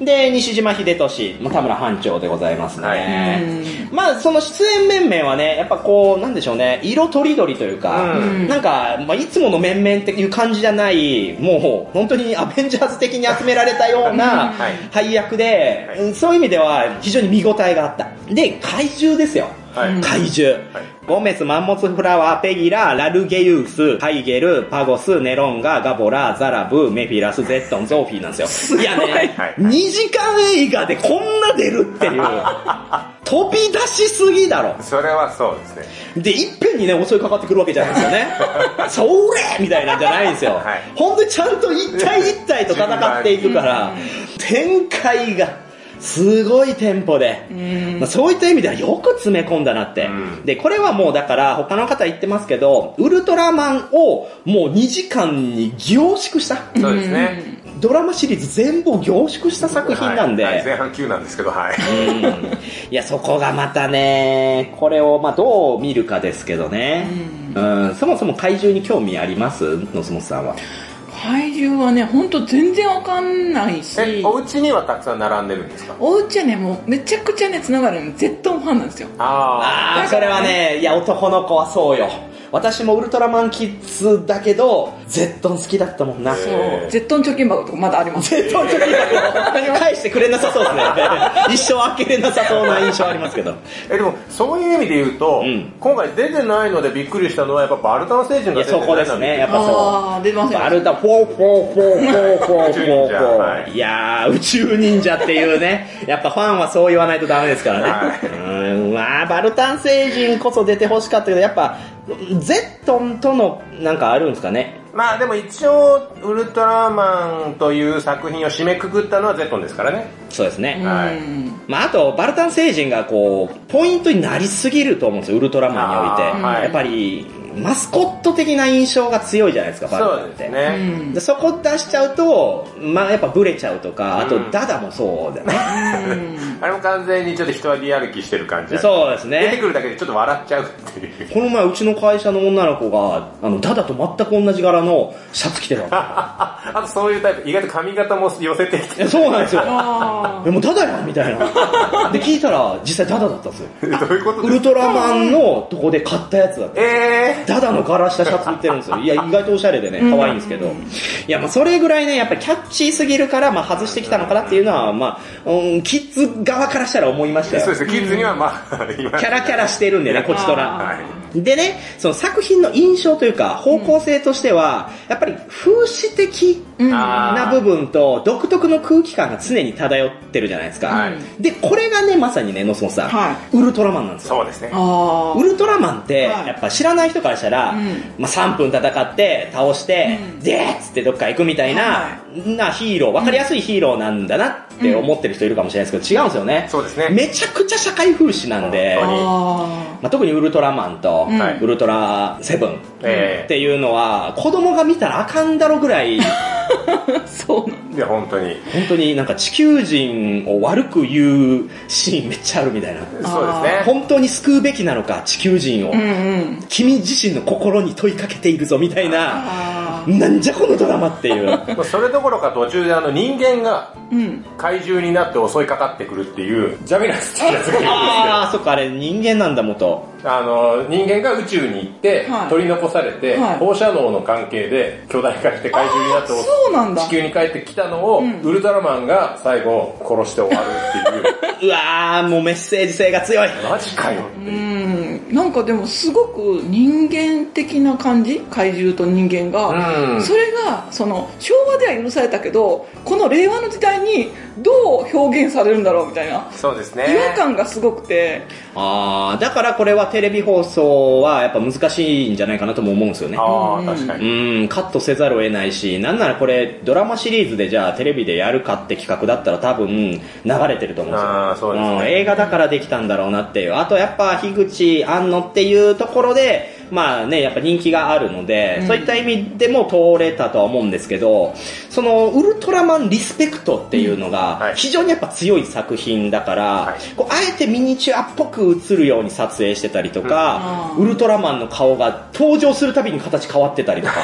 Speaker 1: で、西島秀俊、まあ田村班長でございます
Speaker 2: は
Speaker 1: ね。まあ、その出演面々はね、やっぱこう、なんでしょうね、色とりどりというか、
Speaker 2: うん
Speaker 1: なんか、まあ、いつもの面々っていう感じじゃない、もう、本当にアベンジャーズ的に集められたような
Speaker 2: はい
Speaker 1: 配役で、
Speaker 2: はい
Speaker 1: うんそういう意味では非常に見応えがあった。で、怪獣ですよ。
Speaker 2: はい。
Speaker 1: 怪獣、
Speaker 2: はい
Speaker 1: ゴメス、マンモスフラワー、ペギラ、ラルゲユース、ハイゲル、パゴス、ネロンガ、ガボラ、ザラブ、メフィラス、ゼットン、ゾーフィーなんですよ。いやね、
Speaker 2: はい
Speaker 1: 2時間映画でこんな出るっていう、飛び出しすぎだろ。
Speaker 2: それはそうですね。
Speaker 1: で、いっぺんにね、襲いかかってくるわけじゃないですよ ね。それみたいなんじゃないんですよ。
Speaker 2: はい
Speaker 1: ほんとちゃんと一体一体と戦っていくから、展開が、すごいテンポで、まあ、そういった意味ではよく詰め込んだなって、
Speaker 2: うん
Speaker 1: で、これはもうだから他の方言ってますけど、ウルトラマンをもう2時間に凝縮した、
Speaker 2: そうですね。
Speaker 1: ドラマシリーズ全部を凝縮した作品なんで、
Speaker 2: はいはい前半9なんですけど、はい。
Speaker 1: うんいや、そこがまたね、これをまあどう見るかですけどね。うん、そもそも怪獣に興味ありますのすもさんは。
Speaker 3: 怪獣はね、ほんと全然わかんないし、
Speaker 2: え、お家にはたくさん並んでるんですか
Speaker 3: お家はね、もうめちゃくちゃね、つながるの絶対ファンなんですよ。
Speaker 2: あ
Speaker 1: あー、それはね、いや、男の子はそうよ。私もウルトラマンキッズだけど、ゼットン好きだったもんな。
Speaker 2: そ
Speaker 1: ゼ
Speaker 2: うえー
Speaker 3: ゼットン貯金箱とかまだあ ります。
Speaker 1: ットン好きだけど、返してくれなさそうですね。一生開けれなさそうな印象ありますけど。
Speaker 2: ー。え、でも、そういう意味で言うと、
Speaker 1: うん
Speaker 2: 今回出てないのでびっくりしたのは、やっぱバルタン星人
Speaker 1: い
Speaker 2: が
Speaker 1: や、
Speaker 2: 出てな
Speaker 1: そ
Speaker 2: い
Speaker 1: こですね、やっぱそう。
Speaker 3: ああ、出てますよ。
Speaker 1: バルタ、フォーフォーフォーフォーフォーフォー
Speaker 2: 宇宙忍者はい
Speaker 1: いやー、宇宙忍者っていうね、やっぱファンはそう言わないとダメですからね。うーん、まあ、バルタン星人こそ出てほしかったけど、やっぱ、ゼットンとの、なんかあるんですかね。
Speaker 2: まあでも一応、ウルトラマンという作品を締めくくったのはゼットンですからね。
Speaker 1: そうですね。
Speaker 2: は
Speaker 3: うん。
Speaker 1: まあ、あと、バルタン星人がこう、ポイントになりすぎると思うんですよ、ウルトラマンにおいて。
Speaker 2: あーはい
Speaker 1: やっぱり、マスコット的な印象が強いじゃないですか、バルタ
Speaker 2: そ
Speaker 1: ン
Speaker 2: う
Speaker 1: っ
Speaker 2: です
Speaker 1: て。
Speaker 3: う
Speaker 2: ね。
Speaker 3: ん
Speaker 1: でそこ出しちゃうと、まあやっぱブレちゃうとか、あと
Speaker 2: うん
Speaker 1: ダダもそうだよね。
Speaker 2: あれも完全にちょっと人歩きしてる感じだね
Speaker 1: そうです
Speaker 2: 出て
Speaker 1: ね。
Speaker 2: くるだけでちょっと笑っちゃうっていう。
Speaker 1: この前、うちの会社の女の子が、あの、ダダと全く同じ柄のシャツ着てるわ
Speaker 2: あとそういうタイプ、意外と髪型も寄せてき
Speaker 1: け。
Speaker 2: て
Speaker 1: いやそうなんですよ。
Speaker 3: あ
Speaker 1: えもうダダやんみたいな。で、聞いたら、実際ダダだったんですよ。
Speaker 2: る。どういうこと
Speaker 1: ウ
Speaker 2: です
Speaker 1: ル
Speaker 2: か
Speaker 1: トラマンのとこで買ったやつだった。
Speaker 2: え
Speaker 1: ダダの柄したシャツ売ってるんですよ。いや、意外とおしゃれでね、可愛いんですけど。いや、まあそれぐらいね、やっぱりキャッチーすぎるから、まあ外してきたのかなっていうのは、まあ、うん、キッズ側からしたら思いました
Speaker 2: ー、
Speaker 1: よ
Speaker 2: そう。ですね、キッズにはまあ、今。
Speaker 1: キャラキャラしてるんでね、こちとら。
Speaker 2: はい。
Speaker 1: でね、その作品の印象というか、方向性としては、やっぱり風刺的
Speaker 3: うん
Speaker 2: あー
Speaker 1: な部分と、独特の空気感が常に漂ってるじゃないですか。
Speaker 2: はい
Speaker 1: で、これがね、まさにね、ノスモさん、
Speaker 3: は
Speaker 1: ウルトラマンなんですよ。
Speaker 2: そうですね。
Speaker 3: あ
Speaker 1: ウルトラマンって、
Speaker 3: はい
Speaker 1: やっぱ知らない人からしたら、
Speaker 3: うん
Speaker 1: まあ、3分戦って、倒して、
Speaker 3: うん
Speaker 1: でーっつってどっか行くみたいな、
Speaker 3: は
Speaker 1: なヒーロー、わかりやすいヒーローなんだなって思ってる人いるかもしれないですけど、違うんですよね。
Speaker 2: そうですね
Speaker 1: めちゃくちゃ社会風刺なんで
Speaker 2: 本、当に
Speaker 3: あ
Speaker 1: まあ、特にウルトラマンと、
Speaker 3: うん
Speaker 1: ウルトラセブン
Speaker 2: え
Speaker 1: っていうのは、子供が見たらあかんだろぐらい、
Speaker 3: ーそうなん
Speaker 2: えいや、本当に。
Speaker 1: 本当になんか地球人を悪く言うシーンめっちゃあるみたいな。
Speaker 2: そうですね。
Speaker 1: 本当に救うべきなのか、地球人を。
Speaker 3: うんうん
Speaker 1: 君自身の心に問いかけているぞみたいな、
Speaker 3: あ
Speaker 1: なんじゃこのドラマっていう。
Speaker 2: もうそれどころか途中であの人間が
Speaker 3: ーうん
Speaker 2: 怪獣になって襲いかかってくるっていう、ジャミナスってやつ がいるんですけど、
Speaker 1: ああ、そっか、あれ人間なんだ、元。
Speaker 2: あの、人間が宇宙に行って、
Speaker 3: はい
Speaker 2: 取り残されて、
Speaker 3: はい
Speaker 2: 放射能の関係で巨大化して怪獣になって
Speaker 3: あーそうなんだ
Speaker 2: 地球に帰ってきたのを、
Speaker 3: うん
Speaker 2: ウルトラマンが最後殺して終わるって
Speaker 1: う
Speaker 2: いう。
Speaker 1: わー、もうメッセージ性が強 い。
Speaker 2: マジかよっていうう。
Speaker 3: んなんかでもすごく人間的な感じ怪獣と人間が、
Speaker 2: うん
Speaker 3: それがその昭和では許されたけどこの令和の時代にどう表現されるんだろうみたいな
Speaker 2: そうですね
Speaker 3: 違和感がすごくて
Speaker 1: あー、だからこれはテレビ放送はやっぱ難しいんじゃないかなとも思うんですよね。
Speaker 2: あ
Speaker 3: う
Speaker 2: あ、
Speaker 3: ん
Speaker 2: 確か
Speaker 1: う
Speaker 2: に。
Speaker 1: ーん、カットせざるを得ないし、なんならこれ、ドラマシリーズでじゃあテレビでやるかって企画だったら多分流れてると思うんですよ。
Speaker 2: あーそうですね
Speaker 1: ん映画だからできたんだろうなっていう。あとやっぱ、樋口安野っていうところで、まあね、やっぱ人気があるので、
Speaker 3: うん
Speaker 1: そういった意味でも通れたとは思うんですけど、その、ウルトラマンリスペクトっていうの
Speaker 2: うんは
Speaker 1: が
Speaker 2: い、
Speaker 1: 非常にやっぱ強い作品だから、
Speaker 2: い
Speaker 1: こうあえてミニチュアっぽく映るように撮影してたりとか、
Speaker 3: うん
Speaker 1: ウルトラマンの顔が登場するたびに形変わってたりとか、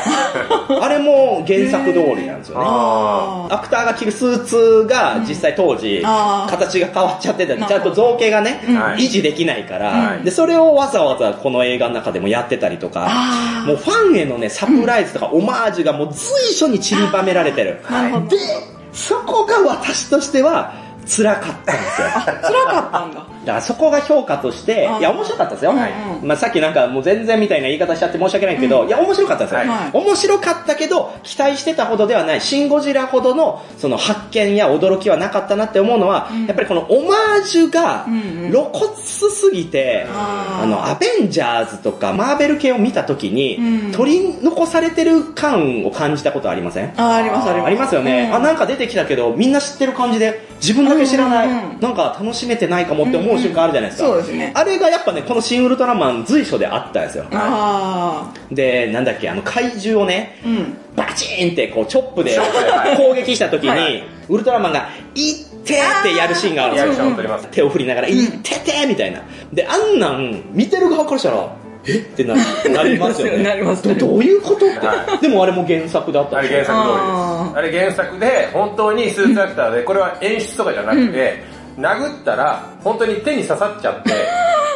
Speaker 1: あれも原作通りなんですよね。
Speaker 2: あ
Speaker 1: アクターが着るスーツが実際当時、
Speaker 3: あー
Speaker 1: 形が変わっちゃってたり
Speaker 3: な
Speaker 1: ち
Speaker 3: る
Speaker 1: ゃん
Speaker 3: ほ
Speaker 1: と
Speaker 3: ど
Speaker 1: 造形がね、
Speaker 2: はい
Speaker 1: 維持できないから、
Speaker 2: うん
Speaker 1: で、それをわざわざこの映画の中でもやってたりとか、
Speaker 3: あ
Speaker 1: もうファンへのね、サプライズとかオマージュがもう随所に散りばめられてる。
Speaker 3: あなるほど
Speaker 1: で、そこが私としては辛かったんですよ。
Speaker 3: 辛かったんだ
Speaker 1: だからそこが評価として
Speaker 3: あ、ー
Speaker 1: いや、面白かったですよ。
Speaker 3: はい
Speaker 1: まあさっきなんかもう全然みたいな言い方しちゃって申し訳ないけど、いや、面白かったですよ、
Speaker 2: はい
Speaker 1: 面白かったけど、期待してたほどではない、シンゴジラほどのその発見や驚きはなかったなって思うのは、
Speaker 3: ん
Speaker 1: やっぱりこのオマージュが
Speaker 3: うんうん
Speaker 1: 露骨すぎて、
Speaker 3: あー
Speaker 1: あの、アベンジャーズとかマーベル系を見た時に、
Speaker 3: うん
Speaker 1: 取り残されてる感を感じたことありません
Speaker 3: あーありますあります
Speaker 1: ありますよね、
Speaker 3: うん
Speaker 1: あなんか出てきたけどみんな知ってる感じで自分だけ知らない、
Speaker 3: うんうんうん
Speaker 1: なんか楽しめてないかもって思う瞬間あるじゃないですか、
Speaker 3: そうですね
Speaker 1: あれがやっぱねこの「シン・ウルトラマン」随所であったんですよ、
Speaker 3: あ
Speaker 1: でなんだっけあの怪獣をね
Speaker 3: あうん
Speaker 1: バチーンってこうチョップで
Speaker 2: チョップではい
Speaker 1: 攻撃した時に、
Speaker 2: はい
Speaker 1: ウルトラマンが「いって!」ってやるシーンがあ
Speaker 2: あ。
Speaker 1: るん
Speaker 2: リア
Speaker 1: で
Speaker 2: ク
Speaker 1: す
Speaker 2: シ
Speaker 1: よ
Speaker 2: ョンを取ります。
Speaker 1: 手を振りながら「いってて!」みたいなであんなん見てる側からしたらえってなるなりますよね。
Speaker 3: なりますね
Speaker 1: どどういうことって。でもあれも原作だった
Speaker 2: あ
Speaker 1: で
Speaker 2: れ
Speaker 1: しょ
Speaker 2: 原作通り
Speaker 3: あ
Speaker 2: です。あれ原作で、本当にスーツアクターで、これは演出とかじゃなくて、殴ったら、本当に手に刺さっちゃ って、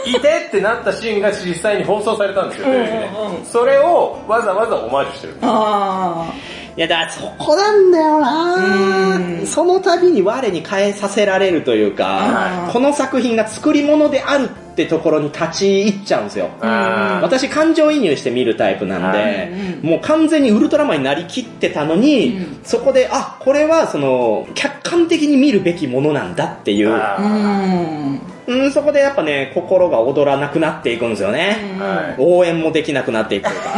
Speaker 2: いてってなったシーンが実際に放送されたんですよ、テレビで
Speaker 3: うんうんうん
Speaker 2: それをわざわざオマージュしてる。
Speaker 3: あ
Speaker 1: いや、だからそこなんだよ
Speaker 3: う
Speaker 1: なんその度に我に変えさせられるという
Speaker 3: う
Speaker 1: か
Speaker 3: ん、
Speaker 1: この作品が作り物であるってところに立ち入っちゃうんですよ。
Speaker 2: あー
Speaker 1: 私感情移入して見るタイプなんで
Speaker 3: う、
Speaker 1: もう完全にウルトラマンになりきってたのに
Speaker 3: うん、
Speaker 1: そこで、あ、これはその、客観的に見るべきものなんだっていう、
Speaker 3: あ
Speaker 2: あ
Speaker 3: うん
Speaker 1: うん、そこでやっぱね、心が躍らなくなっていくんですよね。
Speaker 2: ーはい
Speaker 1: 応援もできなくなっていくというか。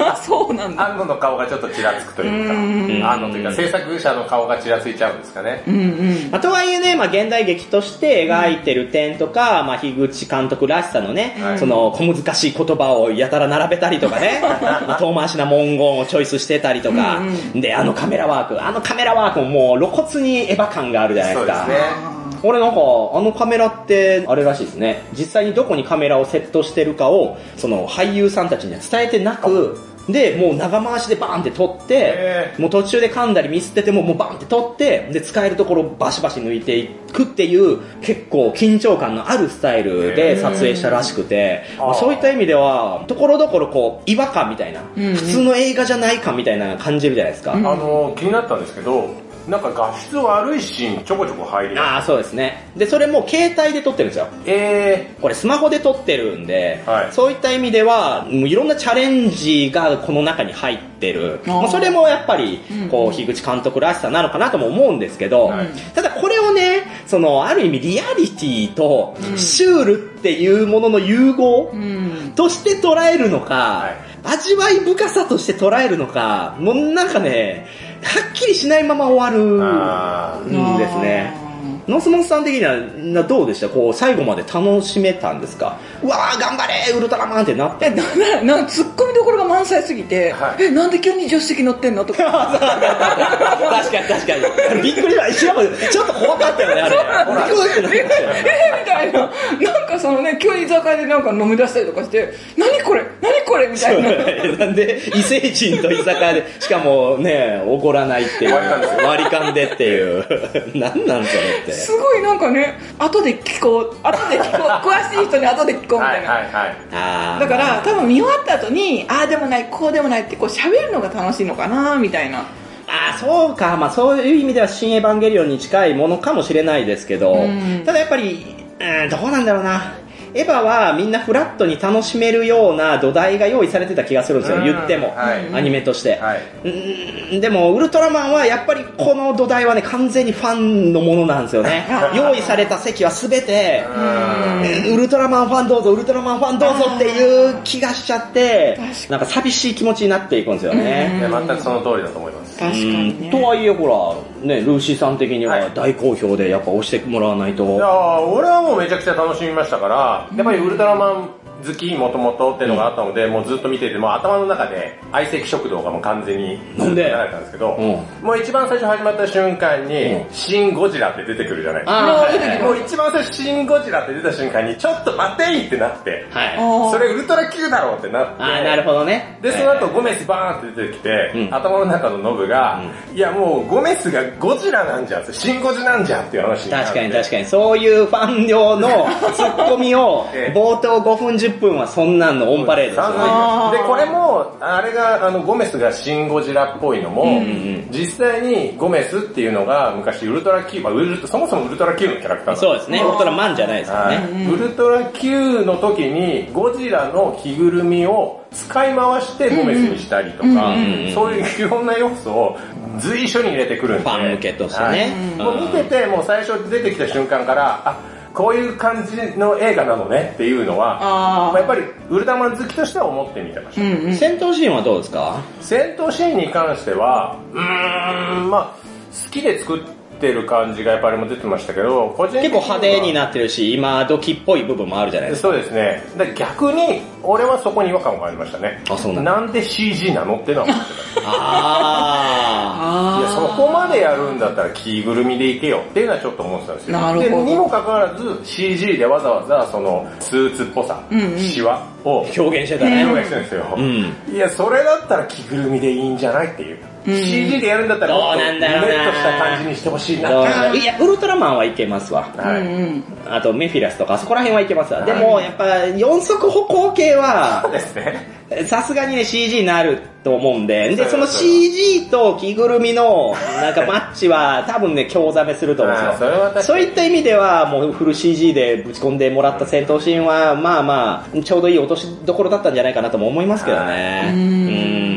Speaker 3: あそうなんだ
Speaker 2: 安野の顔がちょっとちらつくというか、
Speaker 3: うん
Speaker 2: 安野というか制作者の顔がちらついちゃうんですかね。
Speaker 3: うんうん
Speaker 1: まあ、とはいえね、まあ、現代劇として描いてる点とか、まあ、樋口監督らしさのね、
Speaker 2: はい
Speaker 1: その小難しい言葉をやたら並べたりとかね、まあ遠回しな文言をチョイスしてたりとか、
Speaker 3: うん
Speaker 1: で、あのカメラワーク、あのカメラワークももう露骨にエヴァ感があるじゃないですか。
Speaker 2: そうですね
Speaker 1: 俺なんか、あのカメラって、あれらしいですね。実際にどこにカメラをセットしてるかを、その俳優さんたちには伝えてなく、で、もう長回しでバーンって撮って
Speaker 2: へ、
Speaker 1: もう途中で噛んだりミスってても、もうバーンって撮って、で、使えるところをバシバシ抜いていくっていう、結構緊張感のあるスタイル
Speaker 2: へ
Speaker 1: で
Speaker 2: ー
Speaker 1: 撮影したらしくて、
Speaker 2: あー
Speaker 1: まあそういった意味では、ところどころこう、違和感みたいな、
Speaker 3: うんうん
Speaker 1: 普通の映画じゃない感みたいなの感じるじゃないですか。
Speaker 3: うん
Speaker 2: あの、気になったんですけど、なんか画質悪いシーンちょこちょこ入ります。
Speaker 1: ああ、そうですね。で、それも携帯で撮ってるんですよ。
Speaker 2: え
Speaker 1: これスマホで撮ってるんで、
Speaker 2: はい
Speaker 1: そういった意味では、もういろんなチャレンジがこの中に入ってる。
Speaker 3: あー
Speaker 1: まあそれもやっぱり
Speaker 3: うん、
Speaker 1: こう、樋口監督らしさなのかなとも思うんですけど、
Speaker 2: はい
Speaker 1: ただこれをね、その、ある意味リアリティとシュールっていうものの融合
Speaker 3: うん
Speaker 1: として捉えるのか
Speaker 2: い、
Speaker 1: 味わい深さとして捉えるのか、もうなんかね、はっきりしないまま終
Speaker 2: ー、
Speaker 1: わ
Speaker 2: あ
Speaker 1: るんですね。ノースモンさん的にはなどうでしたこう最後まで楽しめたんですかうわー頑張れウルトラマンってなって
Speaker 3: えだからなんかツッコミどころが満載すぎて、
Speaker 2: はい
Speaker 3: えなんで急に助手席乗ってんのとか
Speaker 1: 確かに確かにびっくりはしかもちょっと怖かったよねあれほ らびっくりってなっちゃうよね
Speaker 3: えみたいななんかそのね急に居酒屋でなんか飲み出したりとかして何これ何これみたいな
Speaker 1: なんで異星人と居酒屋でしかもね怒らないっていう
Speaker 2: 割り勘ですよ
Speaker 1: 割り勘でっていう 何なんそれって
Speaker 3: すごいなんかね後で聞こう後で聞こう 詳しい人に後で聞こうみ
Speaker 2: は
Speaker 3: たい
Speaker 2: い
Speaker 3: な、
Speaker 2: はいはい。
Speaker 1: あー
Speaker 3: だから多分見終わった後にああでもないこうでもないってこう喋るのが楽しいのかなみたいな
Speaker 1: ああ、そうか。まあ、そういう意味では、新エヴァンゲリオンに近いものかもしれないですけど、
Speaker 3: うん
Speaker 1: ただやっぱり、うん、どうなんだろうな。エヴァはみんなフラットに楽しめるような土台が用意されてた気がするんですよ、
Speaker 2: うん
Speaker 1: 言っても、
Speaker 2: はい
Speaker 1: アニメとして、
Speaker 2: はい。
Speaker 1: うんでもウルトラマンはやっぱりこの土台はね完全にファンのものなんですよ ね用意された席は全て、
Speaker 2: うん
Speaker 1: ウルトラマンファンどうぞウルトラマンファンどうぞっていう気がしちゃって
Speaker 3: 確かに
Speaker 1: なんか寂しい気持ちになっていくんですよね、
Speaker 2: いや全くその通りだと思います。
Speaker 3: 確かに
Speaker 1: う
Speaker 3: ね
Speaker 1: んとはいえほら、ね、ルーシーさん的に
Speaker 2: は
Speaker 1: はい大好評でやっぱ押してもらわない
Speaker 2: い
Speaker 1: と。
Speaker 2: やー俺はもうめちゃくちゃ楽しみましたから、やっぱりウルトラマン好きもともとっていうのがあったので、もうずっと見ていて、もう頭の中で相席食堂がもう完全に
Speaker 1: なんで
Speaker 2: 流れたんですけど、
Speaker 1: う
Speaker 2: もう一番最初始まった瞬間に、
Speaker 1: うん
Speaker 2: シン・ゴジラって出てくるじゃないですか。
Speaker 1: あ
Speaker 3: あー出てき
Speaker 2: もう一番最初シン・ゴジラって出た瞬間に、ちょっと待ていってなって、
Speaker 1: はい。
Speaker 3: あー
Speaker 2: それウルトラ Q だろうってなって、
Speaker 1: あーなるほどね。
Speaker 2: で、その後ゴメスバーンって出てきて、
Speaker 1: うん
Speaker 2: 頭の中のノブが、いやもうゴメスがゴジラなんじゃん、シンゴジなんじゃんっていう話になって。
Speaker 1: 確かに確かに、そういうファン用のツッコミを
Speaker 2: ええ、
Speaker 1: 冒頭5分10分はそんなんのオンパレードですよね。
Speaker 3: あー
Speaker 2: で、これも、あれが、あの、ゴメスがシンゴジラっぽいのも、実際にゴメスっていうのが昔ウルトラ Q、まあ、ウルそもそもウルトラ Q のキャラクターなん
Speaker 1: そうですね、ウルトラマンじゃないですから
Speaker 2: はい
Speaker 1: ね。
Speaker 2: ウルトラ Q の時にゴジラの着ぐるみを使い回してゴメスにしたりとか、そういういろんな要素を随所に入れてくるんで。
Speaker 1: ファン向けとしてね
Speaker 2: はい
Speaker 1: うん
Speaker 2: もう見てて、もう最初出てきた瞬間から、あ、こういう感じの映画なのねっていうのは、
Speaker 3: あ
Speaker 2: ま
Speaker 3: ー
Speaker 2: あやっぱりウルトラマン好きとしては思ってみてました。
Speaker 3: うんうん
Speaker 1: 戦闘シーンはどうですか
Speaker 2: 戦闘シーンに関しては、うーん、まあ、好きで作ってる感じがやっぱりも出てましたけど、個人的
Speaker 1: 結
Speaker 2: に
Speaker 1: 構
Speaker 2: は
Speaker 1: 派手になってるし、今時っぽい部分もあるじゃないですか。
Speaker 2: そうですね。だから逆に、俺はそこに違和感を感じましたね。
Speaker 1: あそうなんだ
Speaker 2: なんで CG なのってのは思って
Speaker 1: あ
Speaker 2: た。
Speaker 3: あ
Speaker 2: いや、そこまでやるんだったら着ぐるみでいけよっていうのはちょっと思ってたんですよ。
Speaker 3: なるほど
Speaker 2: でにもかかわらず CG でわざわざそのスーツっぽさ、
Speaker 3: うんうん
Speaker 2: シワを
Speaker 1: 表現してたね。
Speaker 2: 表現してるんです
Speaker 1: う
Speaker 2: よ。いや、それだったら着ぐるみでいいんじゃないっていう。CG でやるんだったら、
Speaker 1: どうなんだろうな
Speaker 2: ぬめっとした感じにしてほしいな。
Speaker 1: そういや、ウルトラマンはいけますわ。
Speaker 2: はい
Speaker 3: うん
Speaker 1: あと、メフィラスとか、そこら辺はいけますわ。でも、やっぱ、四足歩行系は、
Speaker 2: ですね。
Speaker 1: さすがにね、CG になると思うんで、
Speaker 2: そう
Speaker 1: で、
Speaker 2: よ
Speaker 1: その CG と着ぐるみの、なん かマッチは、多分ね、興ざめすると思うん
Speaker 2: あ
Speaker 1: で
Speaker 2: ー
Speaker 1: す
Speaker 2: そ
Speaker 1: よ。
Speaker 2: れは確かに
Speaker 1: そういった意味では、もうフル CG でぶち込んでもらった戦闘シーンは、まあまあ、ちょうどいい落としどころだったんじゃないかなとも思いますけどね。うん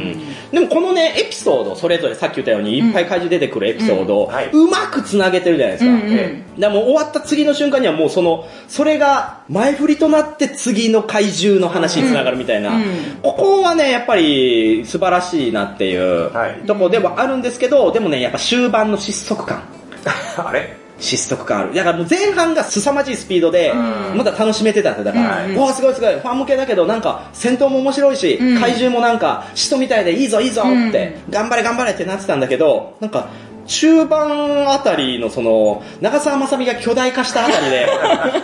Speaker 1: でもこのね、エピソード、それぞれさっき言ったように、いっぱい怪獣出てくるエピソード
Speaker 2: うん
Speaker 1: を
Speaker 2: はい、
Speaker 1: うまく繋げてるじゃないですか。
Speaker 3: うんうん
Speaker 2: え
Speaker 1: だからもう終わった次の瞬間にはもうその、それが前振りとなって次の怪獣の話につながるみたいな、
Speaker 3: うん
Speaker 1: ここはね、やっぱり素晴らしいなっていう
Speaker 2: はい
Speaker 1: とこではあるんですけど、でもね、やっぱ終盤の失速感。
Speaker 2: あれ
Speaker 1: 失速感ある。だからもう前半が凄まじいスピードで、
Speaker 2: うん
Speaker 1: まだ楽しめてたんですよ。だから、
Speaker 2: うん
Speaker 1: うわあすごいすごい。ファン向けだけど、なんか、戦闘も面白いし、
Speaker 3: うん
Speaker 1: 怪獣もなんか、使徒みたいでいいぞいいぞって、頑張れ頑張れってなってたんだけど、なんか、中盤あたりのその、長澤まさみが巨大化したあたり で、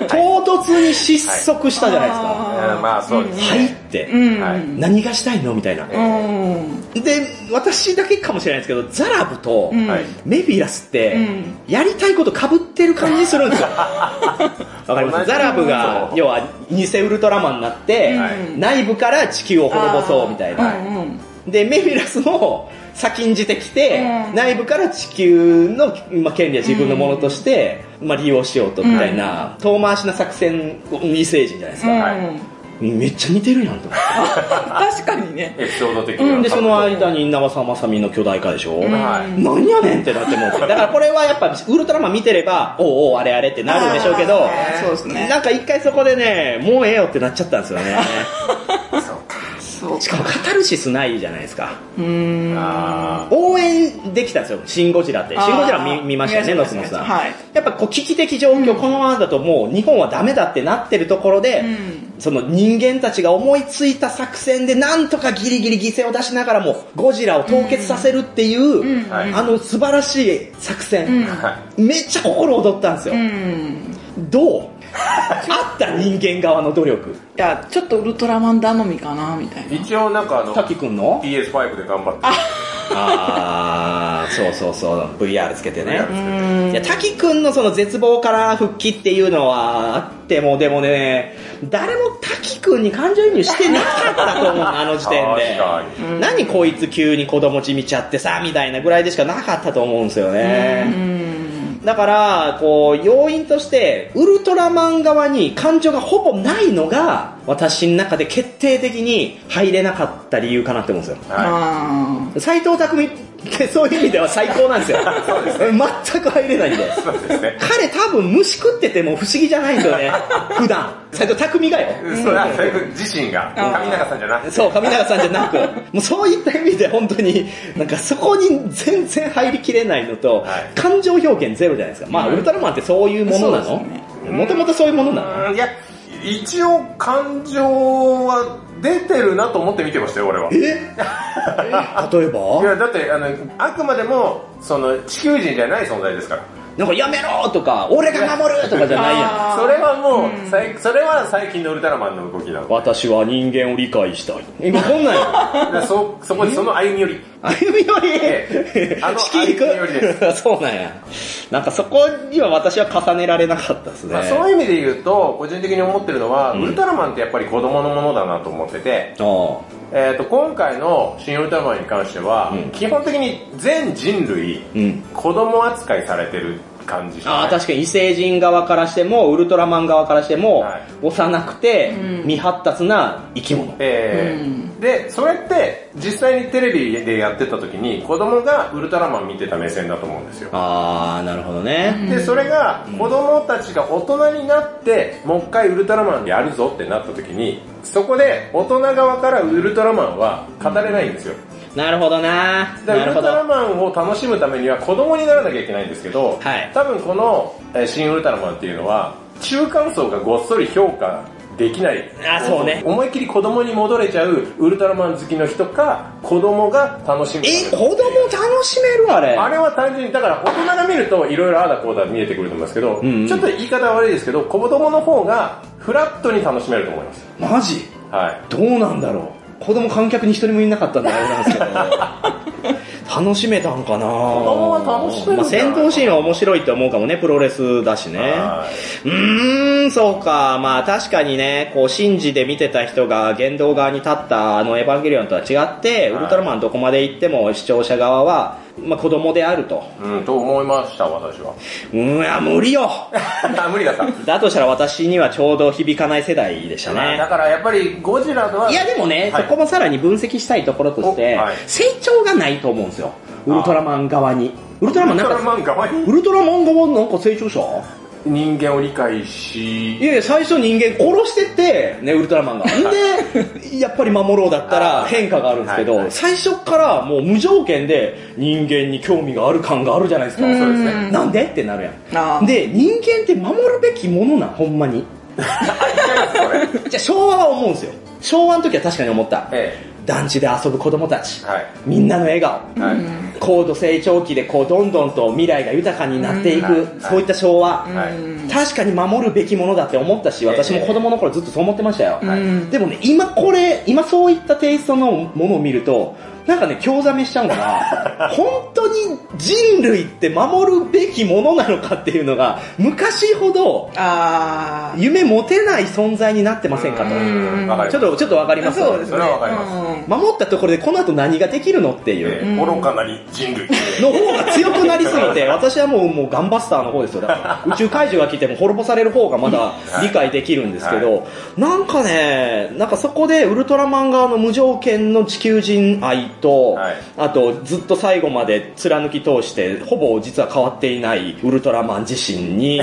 Speaker 1: 唐突に失速したじゃないです
Speaker 2: うん
Speaker 1: か。
Speaker 2: まあそうです
Speaker 1: はい、っ
Speaker 2: ね。
Speaker 1: て、
Speaker 3: うん
Speaker 2: はい
Speaker 1: 何がしたいのみたいな。
Speaker 2: え
Speaker 3: うん
Speaker 1: で、私だけかもしれないですけど、ザラブと、
Speaker 3: うん
Speaker 2: はい。
Speaker 1: メフィラスって、
Speaker 3: うん
Speaker 1: やりたいこと被ってる感じするんです よ。わかりま
Speaker 2: 同
Speaker 1: す
Speaker 2: じ
Speaker 1: ザラブが
Speaker 2: そ、う
Speaker 1: 要は、偽ウルトラマンになって、
Speaker 2: はい
Speaker 1: 内部から地球を滅ぼそうみたい
Speaker 3: あ
Speaker 1: な。
Speaker 3: ーうんうん
Speaker 1: で、メフィラスも、先んじてきて、
Speaker 3: うん
Speaker 1: 内部から地球の、まあ、権利は自分のものとして、まあ、利用しようと、みたいな、遠回しな作戦を、異星人じゃないです
Speaker 3: う
Speaker 1: か。
Speaker 3: ん
Speaker 1: めっちゃ似てるやんと思って。
Speaker 3: 確かにね。
Speaker 2: エピソード的には。
Speaker 1: で、その間に長澤まさみの巨大化でしょ、
Speaker 2: はい
Speaker 1: 何やねんってなってもう てだからこれはやっぱウルトラマン見てれば、おうおうあれあれってなるんでしょうけど、
Speaker 3: あーそうですね。
Speaker 1: なんか一回そこでね、もうええよってなっちゃったんですよね。
Speaker 3: そう
Speaker 1: しかもカタルシスないじゃないですか。
Speaker 3: うーん。
Speaker 2: あ
Speaker 1: 応援できたんですよ、シン・ゴジラって。
Speaker 3: あー
Speaker 1: シン・ゴジラ見見ましたよね、
Speaker 3: 見ま
Speaker 1: ノ
Speaker 3: し
Speaker 1: ス
Speaker 3: た
Speaker 1: モさん。
Speaker 3: はい
Speaker 1: やっぱこう危機的状況、このままだともう日本はダメだってなってるところで、
Speaker 3: ん
Speaker 1: その人間たちが思いついた作戦でなんとかギリギリ犠牲を出しながらもゴジラを凍結させるっていう、
Speaker 2: ーはい。
Speaker 1: あの素晴らしい作戦、
Speaker 2: は
Speaker 1: めっちゃ心躍ったんですよ
Speaker 3: う。ん。
Speaker 1: どう あった人間側の努力。
Speaker 3: いや、ちょっとウルトラマン頼みかな、みたい
Speaker 2: い
Speaker 3: な。
Speaker 2: 一応なんかあの、
Speaker 1: 滝くんの
Speaker 2: PS5 で頑張って
Speaker 1: あー、そうそうそう、VR つけてね
Speaker 2: やる。ん
Speaker 1: いや、滝くんのその絶望から復帰っていうのはあっても、でもね、誰も滝くんに感情移入してなかったと 思う、あの時点で
Speaker 2: 確か。
Speaker 1: 何こいつ急に子供ち見ちゃってさ、みたいなぐらいでしかなかったと思うんですよ
Speaker 3: う
Speaker 1: ね。
Speaker 3: ん。
Speaker 1: だから、こう、要因として、ウルトラマン側に感情がほぼないのが、私の中で決定的に入れなかった理由かなって思うんですよ。
Speaker 2: ですね。は
Speaker 3: あ
Speaker 1: 斎藤匠ってそういう意味では最高なんですよ。全く入れないんで。
Speaker 2: い。そうですね。
Speaker 1: 彼多分虫食ってても不思議じゃないんですよね。普段。斎藤匠がよ。
Speaker 2: それはそれ自身が、上永さんじゃなくて、
Speaker 1: そう、上永さんじゃなく、もうそういった意味で本当に、なんかそこに全然入りきれないのと、
Speaker 2: はい
Speaker 1: 感情表現ゼロじゃないですか。まあ、ウルトラマンってそういうものな
Speaker 3: そう
Speaker 1: の
Speaker 3: ですね
Speaker 1: もともとそういうものなの
Speaker 2: うんいや、一応感情は出てるなと思って見てましたよ、俺は。
Speaker 1: え
Speaker 2: い
Speaker 1: 例えば
Speaker 2: や、だって、あの、あくまでも、その、地球人じゃない存在ですから。
Speaker 1: なんかやめろとか、俺が守るとかじゃないやん。
Speaker 3: あー
Speaker 2: それはもう、さいそれは最近のウルトラマンの動きなの。
Speaker 1: 私は人間を理解したい。今こんなんや。
Speaker 2: でそ、そこでその歩み寄り。
Speaker 1: 歩み寄り
Speaker 2: ええあの
Speaker 1: 地球
Speaker 2: 歩み寄り
Speaker 1: 行く そうなんや。なんかそこには私は重ねられなかったですね。
Speaker 2: まあ、そういう意味で言うと、個人的に思ってるのは、ウルトラマンってやっぱり子供のものだなと思ってて、
Speaker 1: あ
Speaker 2: えー、と今回の「新ウルトラマン」に関しては、
Speaker 1: うん
Speaker 2: 基本的に全人類、
Speaker 1: うん
Speaker 2: 子供扱いされてる感じし
Speaker 1: あ
Speaker 2: ない
Speaker 1: あ確かに異星人側からしてもウルトラマン側からしても、
Speaker 2: はい
Speaker 1: 幼くて
Speaker 3: うん
Speaker 1: 未発達な生き物、
Speaker 2: えー
Speaker 3: うん
Speaker 2: でそれって実際にテレビでやってた時に子供がウルトラマン見てた目線だと思うんですよ
Speaker 1: ああなるほどね、
Speaker 2: でそれが子供たちが大人になってもう一回ウルトラマンやるぞってなった時にそこで大人側からウルトラマンは語れないんですよ
Speaker 1: なるほどな
Speaker 2: だか
Speaker 1: なる
Speaker 2: らウル
Speaker 1: ほ
Speaker 2: トラ
Speaker 1: ど
Speaker 2: マンを楽しむためには子供にならなきゃいけないんですけど、
Speaker 1: はい
Speaker 2: 多分このえー新ウルトラマンっていうのは中間層がごっそり評価できない
Speaker 1: あそうね
Speaker 2: 思いっきり子供に戻れちゃうウルトラマン好きの人か子供が楽しむ
Speaker 1: え子供楽しめるあれ
Speaker 2: あれは単純にだから大人が見るといろいろああだこうだ見えてくると思いますけど、
Speaker 1: んうん
Speaker 2: ちょっと言い方悪いですけど子供の方がフラットに楽しめると思います
Speaker 1: マジ
Speaker 2: はい。
Speaker 1: どうなんだろう子供観客に一人もいなかったんであれなんですけど 楽しめたんかな子
Speaker 2: 供は楽しめるんじゃない
Speaker 1: まあ、戦闘シーンは面白いと思うかもねプロレスだしね
Speaker 2: は
Speaker 1: うーんそうかまあ確かにねこう信じで見てた人が言動側に立ったあのエヴァンゲリオンとは違って
Speaker 2: はい
Speaker 1: ウルトラマンどこまで行っても視聴者側は、まあ、子供であると
Speaker 2: うん、と思いました、私は。
Speaker 1: うんいや無理よ
Speaker 2: あ無理だった。
Speaker 1: だとしたら私にはちょうど響かない世代でしたね
Speaker 2: だからやっぱりゴジラとはい
Speaker 1: やでもね、
Speaker 2: はい
Speaker 1: そこもさらに分析したいところとして、
Speaker 2: おはい
Speaker 1: 成長がないと思うんですよ。ウルトラマン側に。ウルトラマン
Speaker 2: ウル
Speaker 1: なん
Speaker 2: トラ
Speaker 1: か、
Speaker 2: マンが前に
Speaker 1: ウルトラマン側なんか成長した
Speaker 2: 人間を理解
Speaker 1: い
Speaker 2: し、
Speaker 1: やいや、最初人間殺してて、ね、ウルトラ マンが。で、やっぱり守ろうだったら
Speaker 2: はい
Speaker 1: 変化があるんですけど、
Speaker 2: はいはい
Speaker 1: 最初からもう無条件で人間に興味がある感があるじゃないですか。
Speaker 2: そうですね。
Speaker 1: なんでってなる
Speaker 3: あ
Speaker 1: やん。で、人間って守るべきものなん、ほんまに。じゃあ昭和は思うんですよ。昭和の時は確かに思った。
Speaker 2: え
Speaker 1: 団地で遊ぶ子供たち
Speaker 2: え。。はい。
Speaker 1: みんなの笑顔。
Speaker 2: はい。
Speaker 1: 高度成長期でこうどんどんと未来が豊かになっていく、
Speaker 2: うんはい
Speaker 1: そういった昭和、
Speaker 2: はい
Speaker 3: うん
Speaker 1: 確かに守るべきものだって思ったし
Speaker 2: ええ
Speaker 1: 私も子供の頃ずっとそう思ってましたよ、
Speaker 2: はい
Speaker 3: うん
Speaker 1: でもね今これ今そういったテイストのものを見るとなんかね興ざめしちゃうから 本当に人類って守るべきものなのかっていうのが昔ほど
Speaker 3: あー
Speaker 1: 夢持てない存在になってませんかと
Speaker 2: うんわかります
Speaker 1: ちょっとちょっとわかります
Speaker 3: そうです
Speaker 2: そ
Speaker 3: ね。
Speaker 2: れはわかります
Speaker 3: うん
Speaker 1: 守ったところでこの後何ができるのっていう、
Speaker 2: ええ愚かなに人類。
Speaker 1: の方が強くなりすぎ て、私はもう、もうガンバスターの方ですよ。だから宇宙怪獣が来ても滅ぼされる方がまだ理解できるんですけど、なんかね、なんかそこでウルトラマン側の無条件の地球人愛と、
Speaker 2: はい
Speaker 1: あとずっと最後まで貫き通して、ほぼ実は変わっていないウルトラマン自身 に、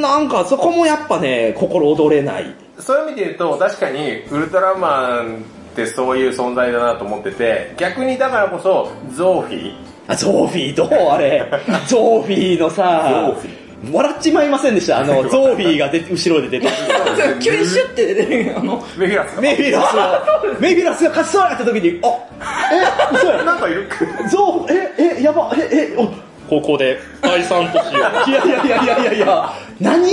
Speaker 1: なんかそこもやっぱね、心躍れない。
Speaker 2: そういう意味で言うと、確かにウルトラマンってそういう存在だなと思ってて、逆にだからこそ、ゾーフィー。
Speaker 1: あ、ゾーフィーどうあれ。ゾーフィーのさ
Speaker 2: ゾーフ、
Speaker 1: 笑っちまいませんでした。あの、ゾーフィーがで後ろで出てくる。
Speaker 3: そう急にシュッて出てるあの、
Speaker 2: メフィラス。
Speaker 1: メフィラス が、メフィラスが勝ちそうになった時に、あ、え、嘘や
Speaker 2: なんかいる
Speaker 1: ゾウ、え、え、やば、え、え、お、ここで、解散としよう。いやいやいやいやいやいや、何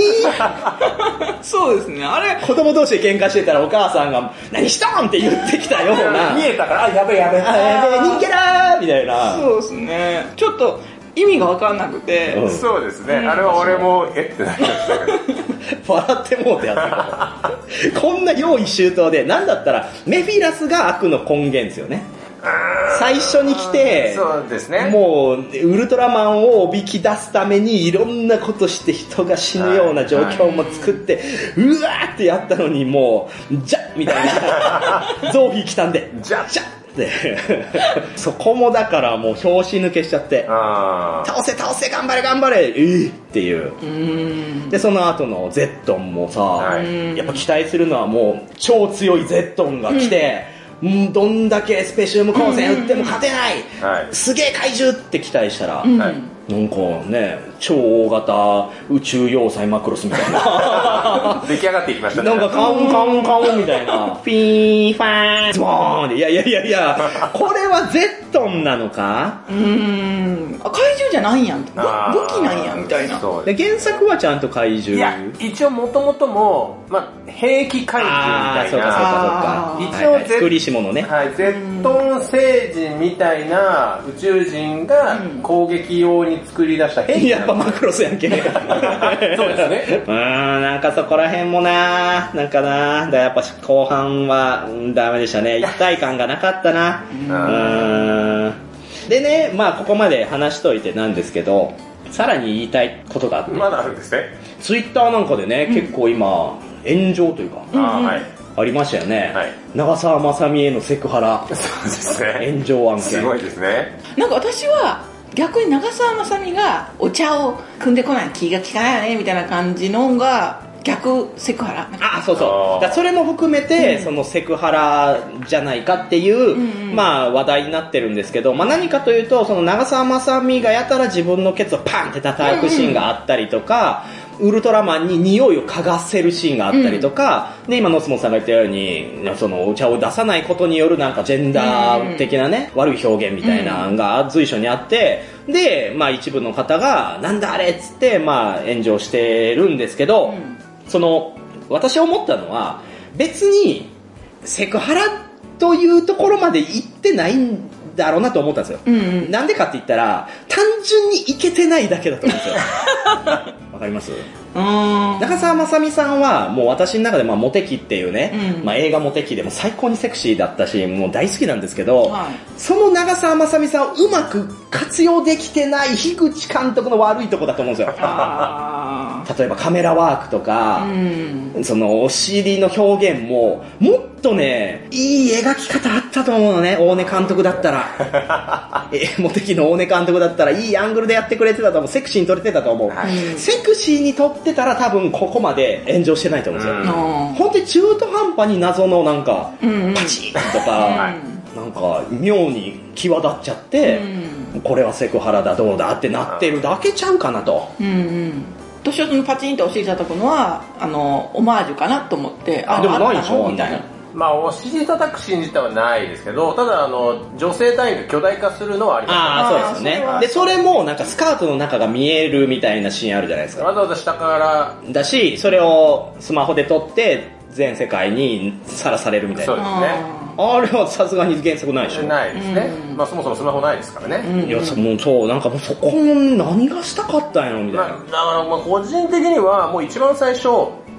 Speaker 3: そうですね。あれ、
Speaker 1: 子供同士で喧嘩してたらお母さんが、何したんって言ってきたような、
Speaker 2: 見えたから、あ、やべえやべえ。
Speaker 1: あ、やべえ、人気だーみたいな。
Speaker 3: そうですね。ちょっと意味がわかんなくて、
Speaker 1: うん
Speaker 2: そうですね。あれは俺も、えってなりましたけど。
Speaker 1: 笑ってもうてやつ。こんな用意周到で、なんだったら、メフィラスが悪の根源ですよね。最初に来て、
Speaker 2: そうですね。
Speaker 1: もう、ウルトラマンをおびき出すためにいろんなことして人が死ぬような状況も作って、うわーってやったのにもう、じゃみたい な。ゾーフィー来たんで、
Speaker 2: じゃ
Speaker 1: じゃって。そこもだからもう拍子抜けしちゃって、
Speaker 2: あー
Speaker 1: 倒せ倒せ頑張れ頑張れえーっていう。
Speaker 3: うーん。
Speaker 1: で、その後のゼットンもさ、
Speaker 2: は
Speaker 3: うん
Speaker 1: やっぱ期待するのはもう超強いゼットンが来て、うんどんだけスペシウム光線打っても勝てない、
Speaker 2: はい
Speaker 1: すげえ怪獣って期待したら、
Speaker 3: うん
Speaker 2: はい
Speaker 1: なんかね、超大型宇宙要塞マクロスみたい な。
Speaker 2: 出来上がっていきましたね。
Speaker 1: なんかカウンカウンカウンみたいな。フィーファーズボーンでいやいやいやい や、これはゼットンなのか
Speaker 3: うーん。あ、怪獣じゃないやんと。武
Speaker 2: あー
Speaker 3: 器なんや、みたいな。
Speaker 2: そう
Speaker 1: で原作はちゃんと怪
Speaker 2: いや
Speaker 1: 獣。、
Speaker 2: 一応もともとも、まあ、兵器怪
Speaker 1: ああ、
Speaker 2: 獣み
Speaker 1: そう
Speaker 2: た
Speaker 1: かそうかそうか。
Speaker 2: 一応
Speaker 1: はいはい
Speaker 2: ゼッ
Speaker 1: 作りしものね
Speaker 2: いな。。はい、ゼットン星人みたいな宇宙人が
Speaker 3: うん
Speaker 2: 攻撃用に作り出した兵器
Speaker 1: やっぱ
Speaker 2: なんで
Speaker 1: マクロス やんけ。そうです
Speaker 2: ね。
Speaker 1: うーん、なんかそこら辺もななんかなだからやっぱし後半は、うんダメでしたね。一体感がなかったな。うーん。でね、まあここまで話しといてなんですけど、さらに言いたいことがあって、
Speaker 2: まだあるんですね。
Speaker 1: ツイッターなんかでね、結構今、炎上というか、
Speaker 2: あーはい。
Speaker 1: ありましたよね。
Speaker 2: はい
Speaker 1: 長澤まさみへのセクハラ、
Speaker 2: そう ですね。
Speaker 1: 炎上案件。
Speaker 2: すごいですね。
Speaker 3: なんか私は、逆に長澤まさみがお茶を汲んでこない気が利かないよね、みたいな感じのが、逆セクハラ。なんか
Speaker 1: あ、そう
Speaker 2: あ
Speaker 1: そ
Speaker 2: ー
Speaker 1: う。だからそれも含めて、そのセクハラじゃないかっていう、
Speaker 3: うんうん
Speaker 1: まあ話題になってるんですけど、まあ何かというと、その長澤まさみがやたら自分のケツをパンって叩くシーンがあったりとか、ウルトラマンに匂いを嗅がせるシーンがあったりとか、で、今、ノスモさんが言ったように、そのお茶を出さないことによるなんかジェンダー的なね、悪い表現みたいなのが随所にあって、で、まあ一部の方が、なんだあれっつって、まあ炎上してるんですけど、
Speaker 3: うん
Speaker 1: その私思ったのは別に、セクハラというところまで行ってないんだろうなと思ったんですよ。
Speaker 3: うんうん
Speaker 1: なんでかって言ったら、単純にいけてないだけだと思うんです よ。わかります
Speaker 3: あ
Speaker 1: 長澤まさみさんは、もう私の中で、まあ、モテ期っていうね、
Speaker 3: うん
Speaker 1: まあ、映画モテ期でも最高にセクシーだったし、もう大好きなんですけど、
Speaker 3: はい
Speaker 1: その長澤まさみさんをうまく活用できてない樋口監督の悪いとこだと思うんですよ。
Speaker 3: あ
Speaker 1: 例えばカメラワークとか
Speaker 3: ー、うん
Speaker 1: そのお尻の表現も、もっとね、いい描き方あったと思うのね、大根監督だったら。 えー、モテキの大根監督だったら、いいアングルでやってくれてたと思う。セクシーに撮れてたと思う。
Speaker 2: はい
Speaker 3: うん
Speaker 1: セクシーに撮ってたら多分ここまで炎上してないと思うんですよ。
Speaker 2: うん
Speaker 3: あ
Speaker 1: 本当に中途半端に謎のなん か、
Speaker 3: ーうんうん
Speaker 1: パチンと
Speaker 2: は
Speaker 1: か、
Speaker 2: い
Speaker 1: なんか妙に際立っちゃって、これはセクハラだどうだってなってるだけちゃうかなと。
Speaker 3: うんうん私はそのパチンとお尻叩くのはあのオマージュかなと思って
Speaker 1: あでもないでしょ
Speaker 3: あったのみたいな
Speaker 2: まあ、お尻叩く信じたはないですけど、ただ、あの、女性単位が巨大化するのはありま
Speaker 1: ああ、
Speaker 3: あー
Speaker 1: そうです
Speaker 3: それ
Speaker 1: よ
Speaker 3: は
Speaker 1: ね。で、それもなんかスカートの中が見えるみたいなシーンあるじゃないです
Speaker 2: すね。
Speaker 1: か。
Speaker 2: わざわざ下から、
Speaker 1: だし、それをスマホで撮って、全世界にさらされるみたい
Speaker 2: そう
Speaker 1: な。
Speaker 2: です
Speaker 3: あ
Speaker 1: あれはさすがに原則ないでしょ。
Speaker 2: ないですね
Speaker 3: う。ん
Speaker 2: まあ、そもそもスマホないですからね。
Speaker 3: ー
Speaker 1: いや、そもうそう、なんかもうそこの何がしたかったんやろみたい
Speaker 2: まあ、
Speaker 1: な
Speaker 2: だ。からまあ個人的にはもう一番最初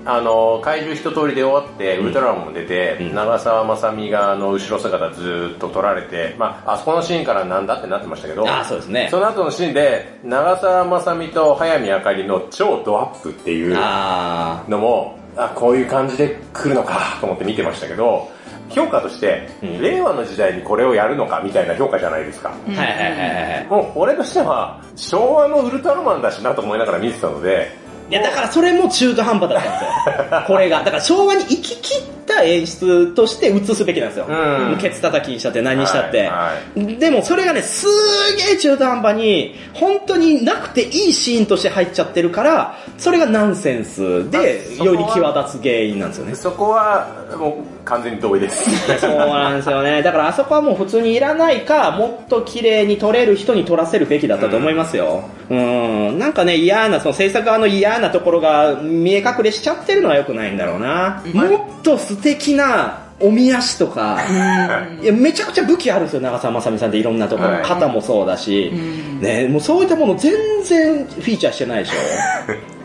Speaker 2: あの怪獣一通りで終わって、ウルトラマンも出て、
Speaker 1: うん
Speaker 2: 長澤まさみがあの後ろ姿ずーっと撮られて、まあ、あそこのシーンからなんだってなってましたけど
Speaker 1: ああ、そうですね。
Speaker 2: その後のシーンで長澤まさみと早見あかりの超ドアップっていう
Speaker 1: あ
Speaker 2: のもあこういう感じで来るのかと思って見てましたけど評価として、
Speaker 1: ん
Speaker 2: 令和の時代にこれをやるのかみたいな評価じゃないですか、
Speaker 1: あ、はいはいはいはい。
Speaker 2: もう俺としては昭和のウルトラマンだしなと思いながら見てたので
Speaker 1: いや、だからそれも中途半端だったんですよ。これが。だから昭和に行き切った演出として映すべきなんですよ。
Speaker 2: うん
Speaker 1: ケツ叩きにしたって何にしたって。
Speaker 2: は
Speaker 1: でもそれがね、すげえ中途半端に、本当になくていいシーンとして入っちゃってるから、それがナンセンスで、
Speaker 2: まあそこは
Speaker 1: より際立つ原因なんですよね。
Speaker 2: そこはもう完全に同意 です。
Speaker 1: そうなんですよね。だからあそこはもう普通にいらないか、もっと綺麗に撮れる人に撮らせるべきだったと思いますよ。うん。なんかね、嫌な、その制作側の嫌なところが見え隠れしちゃってるのは良くないんだろうな。もっと素敵な、おみ足とか、いやめちゃくちゃ武器あるんですよ、長澤まさみさんっていろんなところ、
Speaker 2: はい
Speaker 1: 肩もそうだし、
Speaker 3: ん
Speaker 1: ね、もうそういったもの全然フィーチャーしてないでし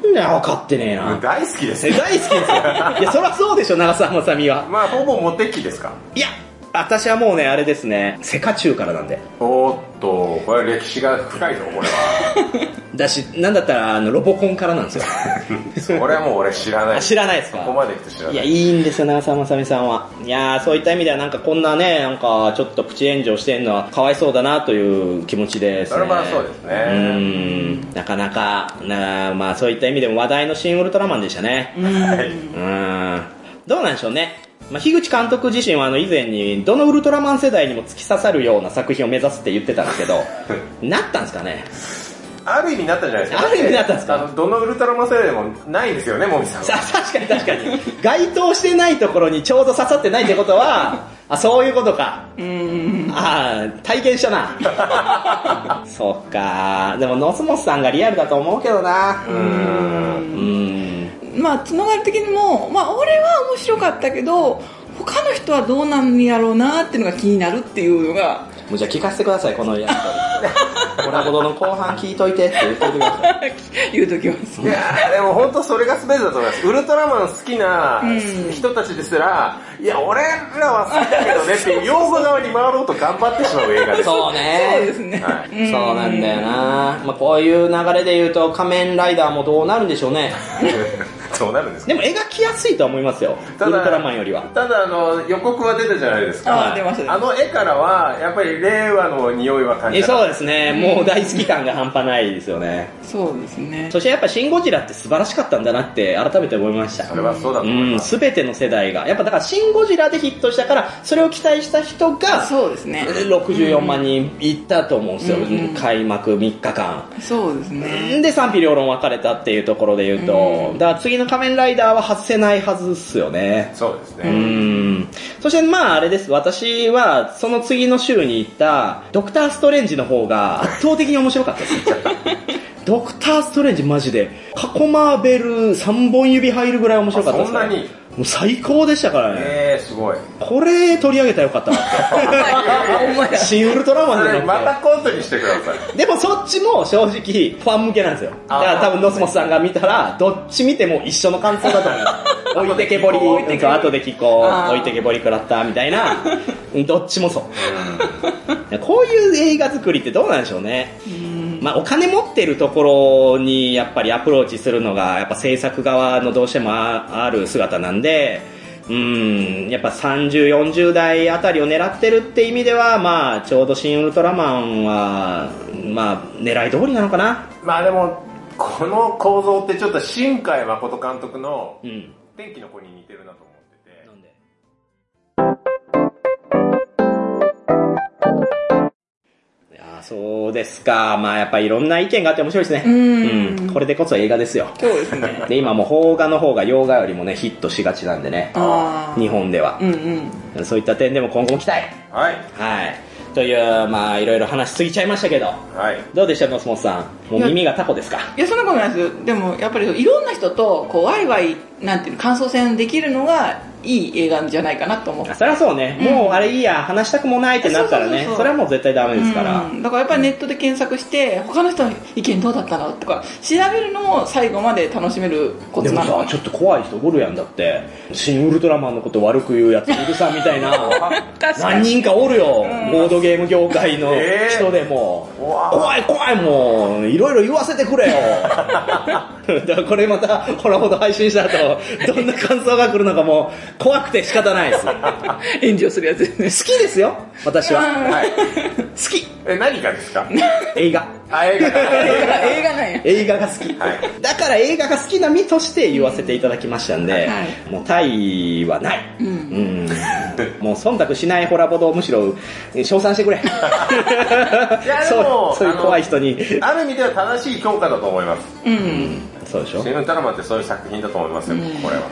Speaker 1: ょ。な分かってねえ な。
Speaker 2: 大好きです
Speaker 1: 大好きですよ。いや、そりゃそうでしょ、長澤まさみは。
Speaker 2: まあ、ほぼモテ期ですか。
Speaker 1: いや、私はもうね、あれですね、セカチュウからなんで。
Speaker 2: おーっと、これは歴史が深いぞ、これは。
Speaker 1: だし、なんだったら、あの、ロボコンからなん ですよ。
Speaker 2: これはもう俺知らない。
Speaker 1: あ知らないですか
Speaker 2: ここまで行くと知らないい。
Speaker 1: や、いいんですよ、長澤まさみさんは。いやー、そういった意味では、なんかこんなね、なんか、ちょっとプチ炎上してんのは、かわいそうだな、という気持ちです、ね。
Speaker 2: それはそうですね
Speaker 1: うん、なかなか、なまあ、そういった意味でも話題の新ウルトラマンでしたね。
Speaker 2: はい
Speaker 1: うんどうなんでしょうね。まあ、樋口監督自身はあの以前にどのウルトラマン世代にも突き刺さるような作品を目指すって言ってたんですけ ど、なったんですかね
Speaker 2: ある意味になったじゃないですか。
Speaker 1: ある意味になったんですか
Speaker 2: あの、どのウルトラマン世代でもないんですよね、もみさんは。
Speaker 1: さ確かに確かに。該当してないところにちょうど刺さってないってことは、あ、そういうことか。
Speaker 3: うん
Speaker 1: ああ、体験したな。 そうか。でも、ノスモスさんがリアルだと思うけどな。
Speaker 2: うーん。
Speaker 1: うん。
Speaker 3: まあつながり的にもまあ俺は面白かったけど他の人はどうなんやろうなっていうのが気になるっていうのが
Speaker 1: もうじゃあ聞かせてください、このやりとり。コラボの後半聞いといてって言ってください。
Speaker 3: 言うときます
Speaker 2: いやーでも本当それが全てだと思います。ウルトラマン好きな
Speaker 3: うん
Speaker 2: 人たちですら、いや、俺らは好きだけどねっ ていう擁護側に回ろうと頑張ってしまう映画です。
Speaker 1: そうね。
Speaker 3: そうですね
Speaker 2: はい
Speaker 1: そうなんだよな。まあ、こういう流れで言うと仮面ライダーもどうなるんでしょうね。
Speaker 2: そうなるんですか
Speaker 1: でも描きやすいとは思いますよ。ウ
Speaker 2: た
Speaker 1: ル
Speaker 2: だ
Speaker 1: トラマンよりは。
Speaker 2: ただあの予告は出たじゃないですか
Speaker 3: あー出ました
Speaker 2: あの絵からはやっぱり令和の匂いは感じ
Speaker 1: え
Speaker 2: た
Speaker 1: そうですね。もう大好き感が半端ないですよね。
Speaker 3: そうですね
Speaker 1: そしてやっぱシン・ゴジラって素晴らしかったんだなって改めて思いました
Speaker 2: そ。れはそうだと
Speaker 1: う
Speaker 2: 思い
Speaker 1: ん、
Speaker 2: ます、
Speaker 1: すべての世代が。やっぱだからシン・ゴジラでヒットしたから、それを期待した人が、
Speaker 3: そうですね
Speaker 1: 64万人いったと思うんですよ。
Speaker 3: うん
Speaker 1: 開幕3日間。
Speaker 3: そうですね
Speaker 1: で、賛否両論分かれたっていうところで言うと、だから次の仮面ライダーは外せないはずっすよね。
Speaker 2: そうです
Speaker 1: う
Speaker 2: ね、
Speaker 1: ん。そして、まああれです。私は、その次の週に行った、ドクター・ストレンジの方が圧倒的に面白かった です。ドクター・ストレンジマジで、過去マーベル3本指入るぐらい面白かったです、
Speaker 2: あそんなに
Speaker 1: もう最高でしたからね。
Speaker 2: えー、すごい。
Speaker 1: これ取り上げたらよかった なって。新ウルトラマンじゃなくて。
Speaker 2: またコントにしてください。
Speaker 1: でもそっちも正直ファン向けなんですよ。だ
Speaker 2: あー
Speaker 1: から多分ノスモスさんが見たら、どっち見ても一緒の感想だと思う。置いてけぼり、
Speaker 2: 置いてけぼり
Speaker 1: そう後で聞こう、
Speaker 3: あー
Speaker 1: 置いてけぼり食らった、みたい な。どっちもそう。こういう映画作りってどうなんでしょうね。まあお金持ってるところにやっぱりアプローチするのが、やっぱ制作側のどうしてもあある姿なんで、うん、やっぱ30、40代あたりを狙ってるって意味では、まあちょうど新ウルトラマンは、まあ狙い通りなのかな。
Speaker 2: まあでも、この構造ってちょっと新海誠監督の
Speaker 1: うん。
Speaker 2: 天気の子に似てるなと思ってて。
Speaker 1: いやーそうですか。まあやっぱいろんな意見があって面白いですね。
Speaker 3: うん
Speaker 1: うんこれでこそ映画ですよ。
Speaker 3: そうですね。
Speaker 1: で、今もう邦画の方が洋画よりもね、ヒットしがちなんでね。
Speaker 3: ああ。
Speaker 1: 日本では
Speaker 3: う。んうん。
Speaker 1: そういった点でも今後も期待。
Speaker 2: はい。
Speaker 1: はい。という、まあいろいろ話しすぎちゃいましたけど。
Speaker 2: はい。
Speaker 1: どうでした、ノスモスさん。もう耳がタコですか
Speaker 3: いや、そんなことないですよ。でも、やっぱりいろんな人と、こう、ワイワイ、なんていうの、感想戦できるのが、いい映画じゃないかなと思って
Speaker 1: あ。そりゃそうね。もうあれいいや、話したくもないってなったら
Speaker 3: そうそう
Speaker 1: ね
Speaker 3: そ、う
Speaker 1: それはもう絶対ダメですから。
Speaker 3: うんだからやっぱりネットで検索して他の人の意見どうだったのとか調べるのも最後まで楽しめるコ
Speaker 1: で
Speaker 3: ツ
Speaker 1: も
Speaker 3: なの
Speaker 1: さ、ちょっと怖い人おるやんだって。新ウルトラマンのこと悪く言うやついるさ、みたいな。
Speaker 3: 確か
Speaker 1: 何
Speaker 3: に
Speaker 1: 人かおるよ、ボードゲーム業界の
Speaker 2: えー
Speaker 1: 人でも。
Speaker 2: うわ
Speaker 1: 怖い怖いもう、いろいろ言わせてくれよ。だからこれまた、ほらほど配信した後、どんな感想が来るのかもう、怖くて仕方ないです。 好
Speaker 3: 炎上するやつですね
Speaker 1: きですよ、私は。
Speaker 2: はい。
Speaker 1: 好き。
Speaker 2: え、何がです か
Speaker 1: 映画。
Speaker 2: あ、映画
Speaker 3: 映
Speaker 2: か
Speaker 3: 画映画なんや
Speaker 1: 映画が好き、
Speaker 2: はい
Speaker 1: だから映画が好きな身として言わせていただきましたんで、
Speaker 3: はい
Speaker 1: もうタイはない、う
Speaker 3: ん
Speaker 1: んもう忖度しないホラボドをむしろ称賛してくれ
Speaker 2: や で
Speaker 1: そ
Speaker 2: も
Speaker 1: うそういう怖い人に
Speaker 2: ある意味では正しい評価だと思います。
Speaker 3: うん
Speaker 1: そうでしょ
Speaker 2: シン・ウルトラマンってそういう作品だと思いますよ、これは。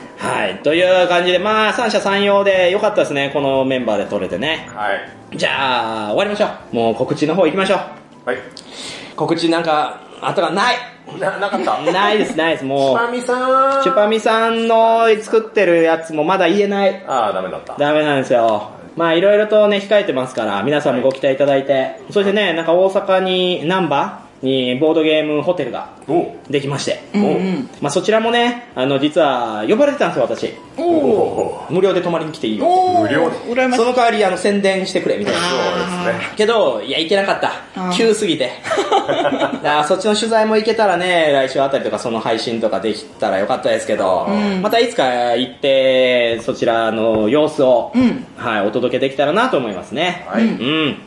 Speaker 1: はいという感じでまあ三者三様でよかったですねこのメンバーで撮れてね
Speaker 2: はい。
Speaker 1: じゃあ終わりましょうもう告知の方行きましょう
Speaker 2: はい。
Speaker 1: 告知なんかあとがない
Speaker 2: な、なかった。チ
Speaker 1: ないですないですも
Speaker 2: ュ
Speaker 1: う
Speaker 2: パミさん。
Speaker 1: チュパミさんの作ってるやつもまだ言えない
Speaker 2: ああ、ダメだった。
Speaker 1: ダメなんですよ。まあいろいろとね、控えてますから、皆さんもご期待いただいて。そしてね、なんか大阪に、ナンバにボードゲームホテルが
Speaker 2: お
Speaker 1: できまして。
Speaker 3: うんうん
Speaker 1: まあそちらもね、あの実は呼ばれてたんですよ、私。
Speaker 3: おー
Speaker 1: 無料で泊まりに来ていいよ。
Speaker 3: おー
Speaker 2: 無料で
Speaker 3: 羨まし
Speaker 1: そ
Speaker 3: い
Speaker 1: の代わりあの宣伝してくれ、みたいな。
Speaker 2: そうですね。
Speaker 1: けど、いや、行けなかっ
Speaker 3: うん
Speaker 1: た。急す ぎて。だからそっちの取材も行けたらね、来週あたりとかその配信とかできたらよかったですけど、
Speaker 3: ん
Speaker 1: またいつか行って、そちらの様子を、
Speaker 3: うん
Speaker 1: はい、お届けできたらなと思いますね。
Speaker 2: はい。
Speaker 1: うん。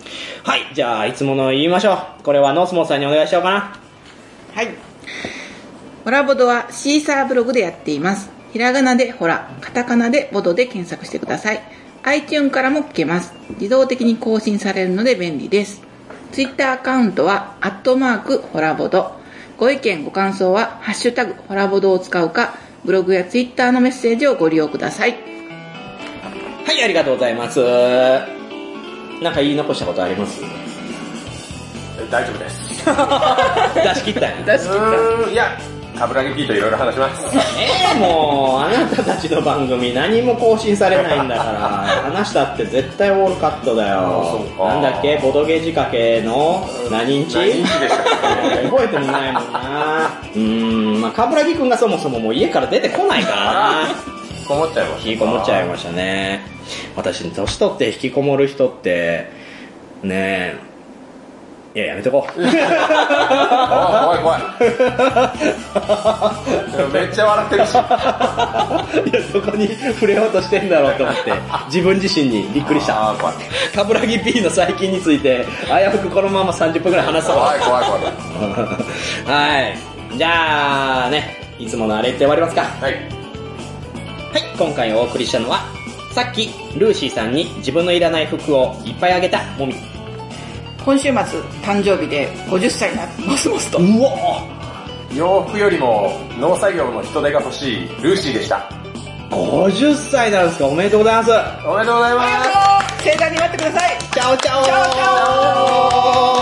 Speaker 1: はい、じゃあ、いつもの言いましょう。これはノースモンさんにお願いしようかな。
Speaker 3: はいホラボドはシーサーブログでやっていますひらがなでホラカタカナでボドで検索してください iTune からも聞けます自動的に更新されるので便利です Twitter アカウントはアットマークホラボドご意見ご感想は「ハッシュタグホラボド」を使うかブログや Twitter のメッセージをご利用ください
Speaker 1: はい、ありがとうございます。なんか言い残したことあります
Speaker 2: 大丈夫です。
Speaker 1: 出し切ったよ。
Speaker 3: 出
Speaker 2: うーん、いや、カブラギ P といろいろ話します。
Speaker 1: ええもう、あなたたちの番組何も更新されないんだから、話したって絶対オールカットだよ
Speaker 2: そう。か
Speaker 1: なんだっけ、ボドゲ仕掛けの何インチ
Speaker 2: 何インチでしたっけ
Speaker 1: 覚えてもないもんな。うーん、まあ、冠城くんがそもそももう家から出てこないからな。
Speaker 2: 引きこもっちゃいました。
Speaker 1: 引きこもっちゃいましたね。私、年取って引きこもる人って、ねえ、いや、やめとこう。
Speaker 2: あ怖い怖い。めっちゃ笑ってるし。
Speaker 1: いや、そこに触れようとしてんだろうと思って、自分自身にびっくりした。
Speaker 2: あー怖い。
Speaker 1: カブラギ P の最近について、危うくこのまま30分くらい話そう。
Speaker 2: 怖い怖い怖い。
Speaker 1: はい。じゃあね、いつものあれって終わりますか。は
Speaker 2: はい。
Speaker 1: い、今回お送りしたのは、さっき、ルーシーさんに自分のいらない服をいっぱいあげたもみ。う
Speaker 3: 今週末誕生日で50歳になってモスモスと
Speaker 1: お
Speaker 2: 洋服よりも農作業の人手が欲しいルーシーでした。
Speaker 1: !50 歳なんですかおめでとうございます
Speaker 2: おめでとうございます。
Speaker 3: 盛大に待ってください
Speaker 1: チャオチャオ
Speaker 3: チャオチャ